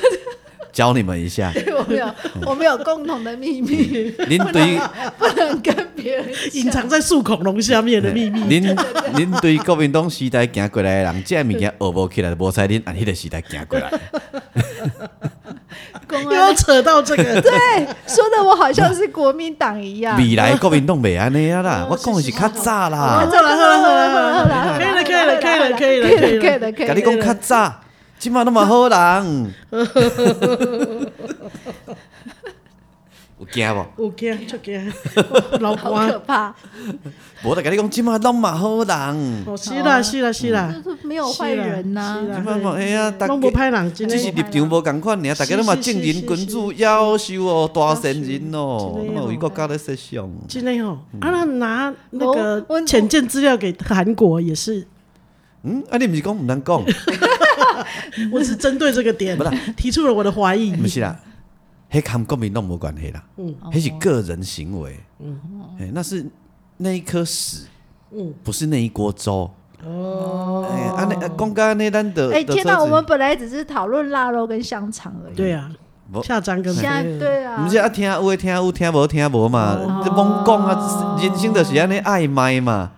Speaker 1: 教你们一
Speaker 3: (laughs)
Speaker 1: 下，
Speaker 3: 对我们有
Speaker 1: 嗯
Speaker 3: 我们有共同的秘密，
Speaker 1: (laughs) 您
Speaker 2: (laughs)
Speaker 1: 对
Speaker 3: 不能跟别人
Speaker 2: 隐藏在树恐龙下面的秘密。
Speaker 1: 您 (laughs) 您对国民党时代行过来的人，这物件学无起来，无彩恁按迄个时代行
Speaker 2: (laughs)
Speaker 1: 过来。
Speaker 3: 公
Speaker 2: 又要
Speaker 3: 安。
Speaker 2: 扯到这个，
Speaker 3: (laughs) 对，说的我好像是国民党一
Speaker 1: (laughs)
Speaker 3: 样。
Speaker 1: 未来国民党袂安尼
Speaker 2: (laughs)
Speaker 1: 啊
Speaker 2: 哦
Speaker 1: 啦，我讲的是较早啦，
Speaker 2: 好了好了好了好了好
Speaker 3: 好
Speaker 2: 了，可以了可以了可以了可
Speaker 3: 可
Speaker 2: 以
Speaker 3: 以
Speaker 2: 了
Speaker 3: 了，可以
Speaker 2: 了。
Speaker 3: 了，可以了。
Speaker 1: 甲你讲较早，即满那么好人， (laughs) 有惊无？
Speaker 2: 有惊出惊，老
Speaker 3: 好可
Speaker 2: 官，
Speaker 3: 怕，
Speaker 1: 无就甲你讲，即满拢嘛好人，
Speaker 2: 哦是
Speaker 3: 啊
Speaker 2: 啦是啦是啦，
Speaker 3: 就是没有坏人
Speaker 2: 是
Speaker 3: 呐。
Speaker 2: 啦
Speaker 1: 即满嘛哎呀，
Speaker 3: 嗯
Speaker 1: 大
Speaker 2: 拢无
Speaker 1: 家
Speaker 2: 歹人，真
Speaker 1: 只是
Speaker 2: 的。
Speaker 1: 立场无共款尔，大家拢嘛正人君子，夭寿哦，大善人哦，
Speaker 2: 真的哦
Speaker 1: 拢嘛为国家咧设想。
Speaker 2: 真的吼，
Speaker 1: 嗯
Speaker 2: 啊，那拿那
Speaker 3: 哦我我
Speaker 2: 个浅见资料给韩国也是，
Speaker 1: 嗯，啊，你毋是讲毋通讲？
Speaker 2: 我只针对这个点
Speaker 1: 不是
Speaker 2: 提出了我的怀疑。
Speaker 1: 毋是啦，迄跟国民党无关系啦，
Speaker 3: 嗯
Speaker 1: 迄是个人行为，
Speaker 3: 哦
Speaker 1: 哎，那是那一颗屎，
Speaker 3: 嗯
Speaker 1: 不是那一锅粥。哦，哎，安尼讲到安尼，咱的
Speaker 3: 哎，天哪！我们本来只是讨论腊肉跟香肠而已。
Speaker 2: 对啊
Speaker 1: 不，
Speaker 2: 下章跟
Speaker 3: 现在对啊
Speaker 1: 毋，是啊，听有诶听有，听无听无嘛，
Speaker 3: 哦
Speaker 1: 这罔讲啊，人生就是安尼爱麦嘛，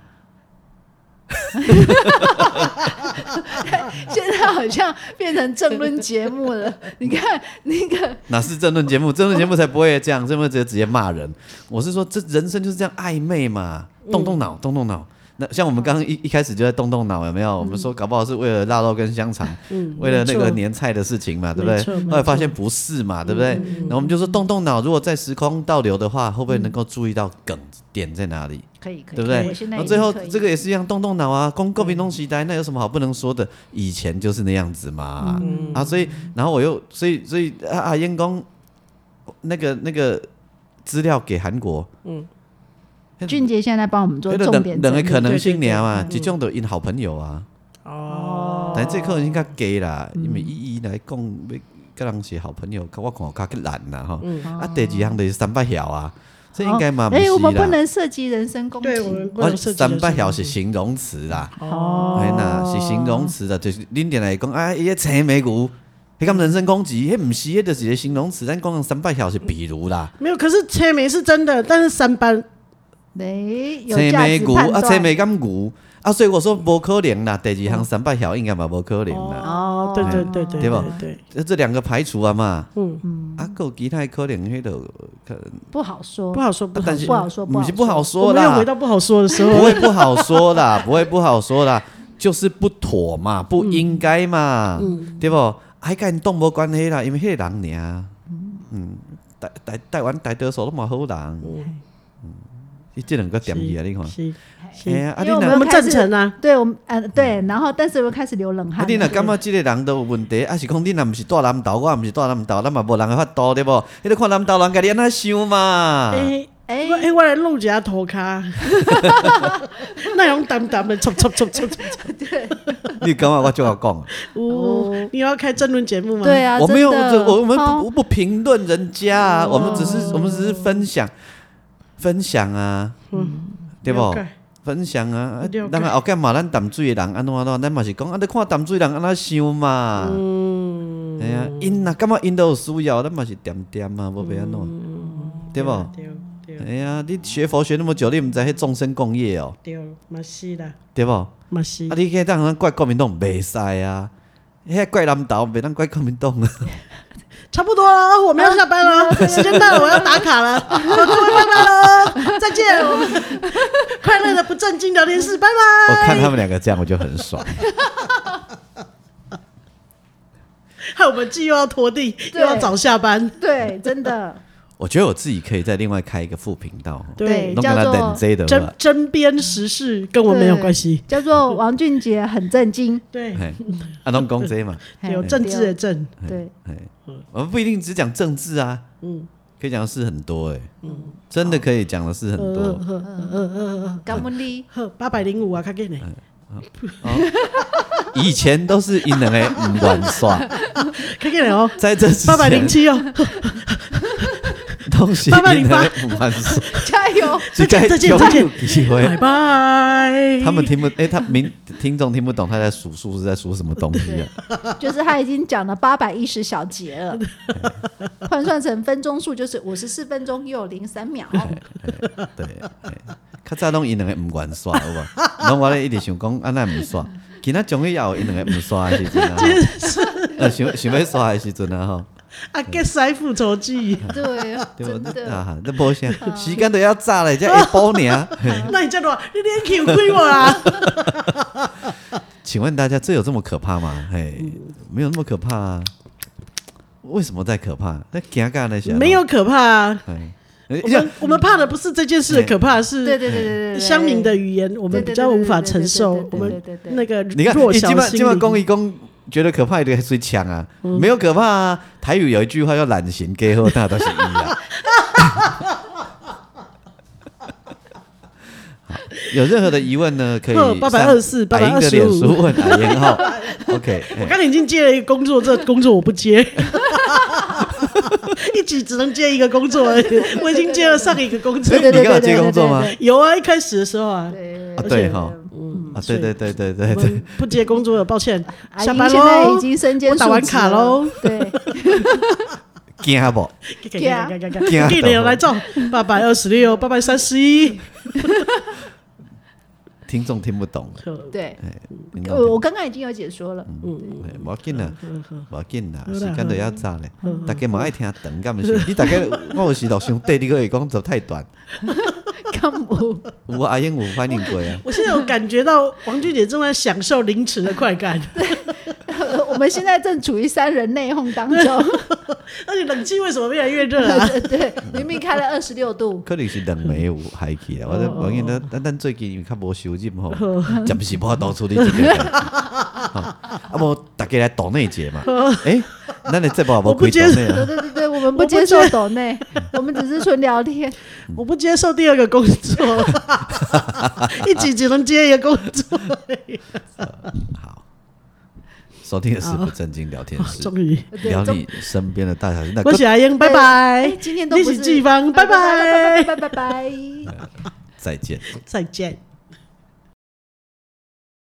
Speaker 3: 现在好像变成政论节目了。你看那个
Speaker 1: (laughs) 哪是争论节目？争论节目才不会这样，争论直接直接骂人。我是说，这人生就是这样暧昧嘛，
Speaker 2: 嗯
Speaker 1: 动动脑，动动脑。那像我们刚刚一一开始就在动动脑，有没
Speaker 2: 嗯
Speaker 1: 有？我们说搞不好是为了腊肉跟香肠，为了那个年菜的事情嘛，对不
Speaker 2: 没错没
Speaker 1: 对？
Speaker 2: 错嗯
Speaker 1: 后来发现不是嘛，对不对？那我们就说动动脑，如果在时空倒流的话，会不会能够注意到梗点在哪里？
Speaker 3: 可以可以，
Speaker 1: 对不
Speaker 3: 我
Speaker 1: 对？
Speaker 3: 现在
Speaker 1: 然
Speaker 3: 已经
Speaker 1: 后最后
Speaker 3: 可以
Speaker 1: 这个也是一样，动动脑啊，公诟病东西呆，那有什么好不能说的？以前就是那样子嘛，啊，所以然后我又所以所以啊啊，燕公那个那个资料给韩国，
Speaker 3: 俊杰现在帮我们做
Speaker 1: 那个
Speaker 3: 重
Speaker 1: 两
Speaker 3: 点整
Speaker 1: 两个
Speaker 3: 理。
Speaker 1: 可能性啊
Speaker 2: 对对对
Speaker 1: 俩嘛，一种都因好朋友啊，
Speaker 2: 哦，
Speaker 1: 但这可能性较低啦，
Speaker 3: 嗯
Speaker 1: 因为意义来讲，要跟人是好朋友，我看较较难啦吼。啊，第二项就是三八晓啊，这应该嘛
Speaker 3: 哦
Speaker 1: 不是
Speaker 3: 哎，我们不
Speaker 1: 啦，
Speaker 3: 能涉及人身攻击
Speaker 2: 对，。我们不
Speaker 1: 我
Speaker 2: 能涉及
Speaker 1: 三八晓
Speaker 2: 小
Speaker 1: 是形容词啦。
Speaker 3: 哦
Speaker 1: 哎那是形容词的，就是恁定来讲啊，伊个青梅牛，迄个人身攻击，迄毋是，迄就是一个形容词，咱讲的三百条是比如啦，
Speaker 2: 没有，可是切梅是真的，但是三班
Speaker 3: 哎，有
Speaker 1: 青
Speaker 3: 价
Speaker 1: 梅
Speaker 3: 值
Speaker 1: 牛
Speaker 3: 判
Speaker 1: 啊，青
Speaker 3: 断。
Speaker 1: 梅咁牛啊，所以我说无可能啦，第二项三百条应该嘛无可能啦，
Speaker 2: 哦，对对对对
Speaker 1: 对吧
Speaker 2: 对，
Speaker 1: 这这两个排除啊嘛，
Speaker 2: 嗯
Speaker 1: 嗯，啊，还有其他的可能迄个可能，
Speaker 3: 不好说，
Speaker 2: 不好说，不
Speaker 1: 啊
Speaker 2: 好
Speaker 1: 但是
Speaker 2: 说。
Speaker 3: 不好说不好
Speaker 1: 不是不好
Speaker 2: 我
Speaker 1: 说
Speaker 2: 们又
Speaker 1: 啦
Speaker 2: 回，到不好说的时
Speaker 1: 不
Speaker 2: 候，
Speaker 1: 会不好说啦，不会不好说啦，就是不妥嘛，不应该嘛，对不？还跟动无关系啦，因为迄个人尔，嗯，台台台湾台德手都嘛好人，嗯，伊这两个点伊啊，你看，
Speaker 2: 是是
Speaker 1: 哎呀，啊
Speaker 3: 因为
Speaker 1: 你
Speaker 3: 我
Speaker 1: 若
Speaker 3: 们
Speaker 2: 我们赞成啊，
Speaker 3: 对，我们呃对，然后但是我又开始流冷
Speaker 1: 啊
Speaker 3: 汗
Speaker 1: 你若
Speaker 3: 了。
Speaker 1: 感觉即个人都有问题，啊是讲你若毋是大南岛，我也毋是大南岛，咱嘛无人的法度对无？迄个看南岛人家己安怎想嘛？
Speaker 2: 哎。
Speaker 3: 哎
Speaker 2: 我，哎，我来弄一下头卡，那种淡淡的，戳戳戳戳戳。
Speaker 1: 你有感觉我就要讲，
Speaker 2: 哦，你要开争论节目吗？
Speaker 3: 对啊，
Speaker 1: 我没有，
Speaker 3: 真的
Speaker 1: 这我们
Speaker 3: 哦
Speaker 1: 不不评论人家啊，我们只是我们只是分享，分享啊，
Speaker 3: 嗯
Speaker 1: 对
Speaker 2: 了
Speaker 1: 不
Speaker 2: 解？
Speaker 1: 分享啊
Speaker 2: 了，解
Speaker 1: 咱后盖嘛，咱淡水的人安怎安怎，咱嘛是讲，啊，你看淡水人安怎想嘛，
Speaker 3: 嗯
Speaker 1: 哎呀，因呐，感觉因都有需要，咱嘛是点点啊，无别安怎，
Speaker 3: 嗯
Speaker 1: 对不？
Speaker 2: 对对
Speaker 1: 哎呀，你学佛学那么久，你毋知迄众生共业哦，
Speaker 2: 对，嘛是啦，
Speaker 1: 对不？啊，
Speaker 2: 嘛是。
Speaker 1: 你去当人怪国民党袂使啊，迄怪南岛袂当怪国民党 (laughs) 啊。
Speaker 2: 差不多了，我们要下班
Speaker 3: 嗯
Speaker 2: 了，时间到了，我要打卡
Speaker 3: (laughs)
Speaker 2: 了，好各位拜拜喽，再见，我们 (laughs) 快乐的不正经聊天室，拜拜。
Speaker 1: 我看他们两个这样，我就很爽。
Speaker 2: 害我们既又要拖地，又要早下班，
Speaker 3: 对，真的
Speaker 1: 我觉得我自己可以再另外开一个副频道，
Speaker 3: 对
Speaker 2: 对，
Speaker 1: 弄啊个
Speaker 3: 叫做
Speaker 1: 冷 Z 的
Speaker 2: 针 (laughs)
Speaker 1: 吧。
Speaker 2: 针砭时事跟我没有关系，
Speaker 3: 叫做王俊杰很震惊，
Speaker 2: 对，
Speaker 1: 嘿啊，弄公 Z 嘛，
Speaker 2: 有
Speaker 3: 嘿
Speaker 2: 政治的政，
Speaker 3: 对对，
Speaker 1: 嘿我们不一定只讲政治啊，嗯，可以讲的事很多哎，
Speaker 2: 嗯
Speaker 1: 真的可以讲的事很
Speaker 2: 呃
Speaker 3: 嗯
Speaker 1: 多。
Speaker 2: (laughs)
Speaker 3: 高木利
Speaker 2: 呵，八百零五啊，看给你，
Speaker 1: 嗯以前都是因人哎唔玩
Speaker 2: (laughs)
Speaker 1: 耍，
Speaker 2: 看给你哦，
Speaker 1: 在这之
Speaker 2: 八百零
Speaker 1: 前
Speaker 2: 七
Speaker 1: (laughs)
Speaker 2: 哦，
Speaker 1: 东西因人唔
Speaker 2: (laughs)
Speaker 1: 玩耍，
Speaker 3: 加油！
Speaker 2: 再见再见
Speaker 1: 应该
Speaker 2: 再见
Speaker 1: 有机会
Speaker 2: 拜拜。
Speaker 1: 他们听不哎，他明听众听不懂他在数数是在数什么东西啊？
Speaker 3: 就是他已经讲了八百一十小节了，换算成分钟数就是五十四分钟又零三秒。
Speaker 1: 对，嘿较早拢因两个毋愿刷，有无？ (laughs) 拢我咧一直想讲，安那毋刷，今仔终于也有因两个毋刷的时
Speaker 2: (laughs)
Speaker 1: 阵啊，呃，想想要刷的时阵啊，吼，
Speaker 2: 啊，给塞复仇记，
Speaker 3: 对，
Speaker 1: 对
Speaker 3: 真
Speaker 1: 无？
Speaker 3: 的。
Speaker 1: 啊，这无啥，时间都要早
Speaker 2: (laughs)
Speaker 1: 嘞，才一啊波尔。
Speaker 2: 那你叫多，你连球亏我啊
Speaker 1: (laughs)
Speaker 2: 啦。
Speaker 1: 请问大家，这有这么可怕吗？嘿，没有那么可怕啊。为什么在可怕？那尴尬那些
Speaker 2: 没有。可怕、啊，
Speaker 1: 哎，
Speaker 2: 我们我们怕的不是这件事的可怕，
Speaker 3: 对
Speaker 2: 是
Speaker 3: 对对对对对，
Speaker 2: 乡民的语言，我
Speaker 3: 我
Speaker 2: 们比较无法承受。我
Speaker 3: 对对
Speaker 2: 们
Speaker 3: 对对对
Speaker 2: 那个
Speaker 1: 你看，
Speaker 2: 弱
Speaker 1: 你
Speaker 2: 小
Speaker 1: 今晚
Speaker 2: 心
Speaker 1: 今晚公
Speaker 2: 灵，
Speaker 1: 益公觉得可怕，一定还最强啊，没有可怕啊。台语有一句话叫“懒型给后大都是一啊”， (laughs) 好有任何的疑问呢，可以
Speaker 2: 哦824
Speaker 1: 上百英的脸书问阿英浩。OK，
Speaker 2: 我刚才已经接了一个工作，这工作我不接， (laughs) 一集只能接一个工作而已。我已经接了上一个工作
Speaker 1: 哎，
Speaker 3: 对对
Speaker 1: 你
Speaker 3: 对
Speaker 1: 刚好
Speaker 3: 对
Speaker 1: 接
Speaker 3: 对
Speaker 1: 工作吗？
Speaker 3: 对
Speaker 2: 有啊，一开始的时候啊，
Speaker 3: 对
Speaker 1: 啊，
Speaker 2: 而
Speaker 1: 对
Speaker 2: 且
Speaker 1: 哈，
Speaker 2: 嗯
Speaker 1: 啊，
Speaker 2: 所
Speaker 1: 对
Speaker 2: 以
Speaker 1: 对对对
Speaker 2: 我
Speaker 1: 对对。
Speaker 2: 们不接工作的，抱歉，
Speaker 3: 阿
Speaker 2: 下
Speaker 3: 英
Speaker 2: 班
Speaker 3: 现在
Speaker 2: 喽
Speaker 3: 已，经身兼
Speaker 2: 我打
Speaker 3: 数
Speaker 2: 完
Speaker 3: 职
Speaker 2: 卡
Speaker 3: 了
Speaker 2: 喽。
Speaker 3: 对，
Speaker 1: 惊不？
Speaker 2: 给
Speaker 3: 对啊
Speaker 2: 给给给
Speaker 1: 惊
Speaker 2: 给你来照八百二十六，八百三十一，
Speaker 1: 听众听不懂，
Speaker 3: 对，
Speaker 2: 嗯
Speaker 3: 呃
Speaker 1: 听众
Speaker 3: 我我刚刚已经有解说了，
Speaker 1: 哎无要紧啦，无要紧啦，
Speaker 2: 好啦
Speaker 1: 时间都要早咧，大家嘛爱听长，敢毋
Speaker 2: (laughs)
Speaker 1: 是？你大概我有时录伤短，你个会讲做太短。
Speaker 3: 干我
Speaker 1: 有啊阿英有反应过啊，
Speaker 2: 我现在有感觉到王俊杰正在享受凌迟的快感，
Speaker 3: (laughs) 我们现在正处于三人内讧当中，
Speaker 2: (laughs) 而且冷气为什么越来越热 (laughs) 啊？
Speaker 3: (laughs) 对，明明开了二十
Speaker 2: (laughs)
Speaker 3: 六度，
Speaker 1: 可能是两暝有害去啊
Speaker 2: 哦
Speaker 1: 啦。我说无要紧，咱咱咱最近因为较无收入吼，暂时无法度处理即个。 (laughs) 吼啊无，大家来岛内节嘛。诶，咱的节目也无
Speaker 2: 我不
Speaker 1: 开
Speaker 2: 接
Speaker 1: 岛内
Speaker 3: 对
Speaker 1: 啊。
Speaker 3: 对对对，我们不
Speaker 2: 不
Speaker 3: 接
Speaker 2: 接
Speaker 3: 受抖内，我们只是纯聊天，
Speaker 2: 我不接受第二个工 (laughs) 作，一集只能接一个工作，
Speaker 1: 好，收听的是不正经聊天室
Speaker 2: 哦终，于，
Speaker 3: 对
Speaker 1: 聊
Speaker 3: 中
Speaker 1: 你身边的大小事。那
Speaker 2: 我是阿英，拜
Speaker 3: 哎
Speaker 2: 拜，
Speaker 3: 今天都
Speaker 2: 你
Speaker 3: 不
Speaker 2: 是
Speaker 3: 是
Speaker 2: 季芳，拜
Speaker 3: 拜
Speaker 2: 拜，
Speaker 3: 拜拜拜拜。
Speaker 1: 再见。
Speaker 2: 再见。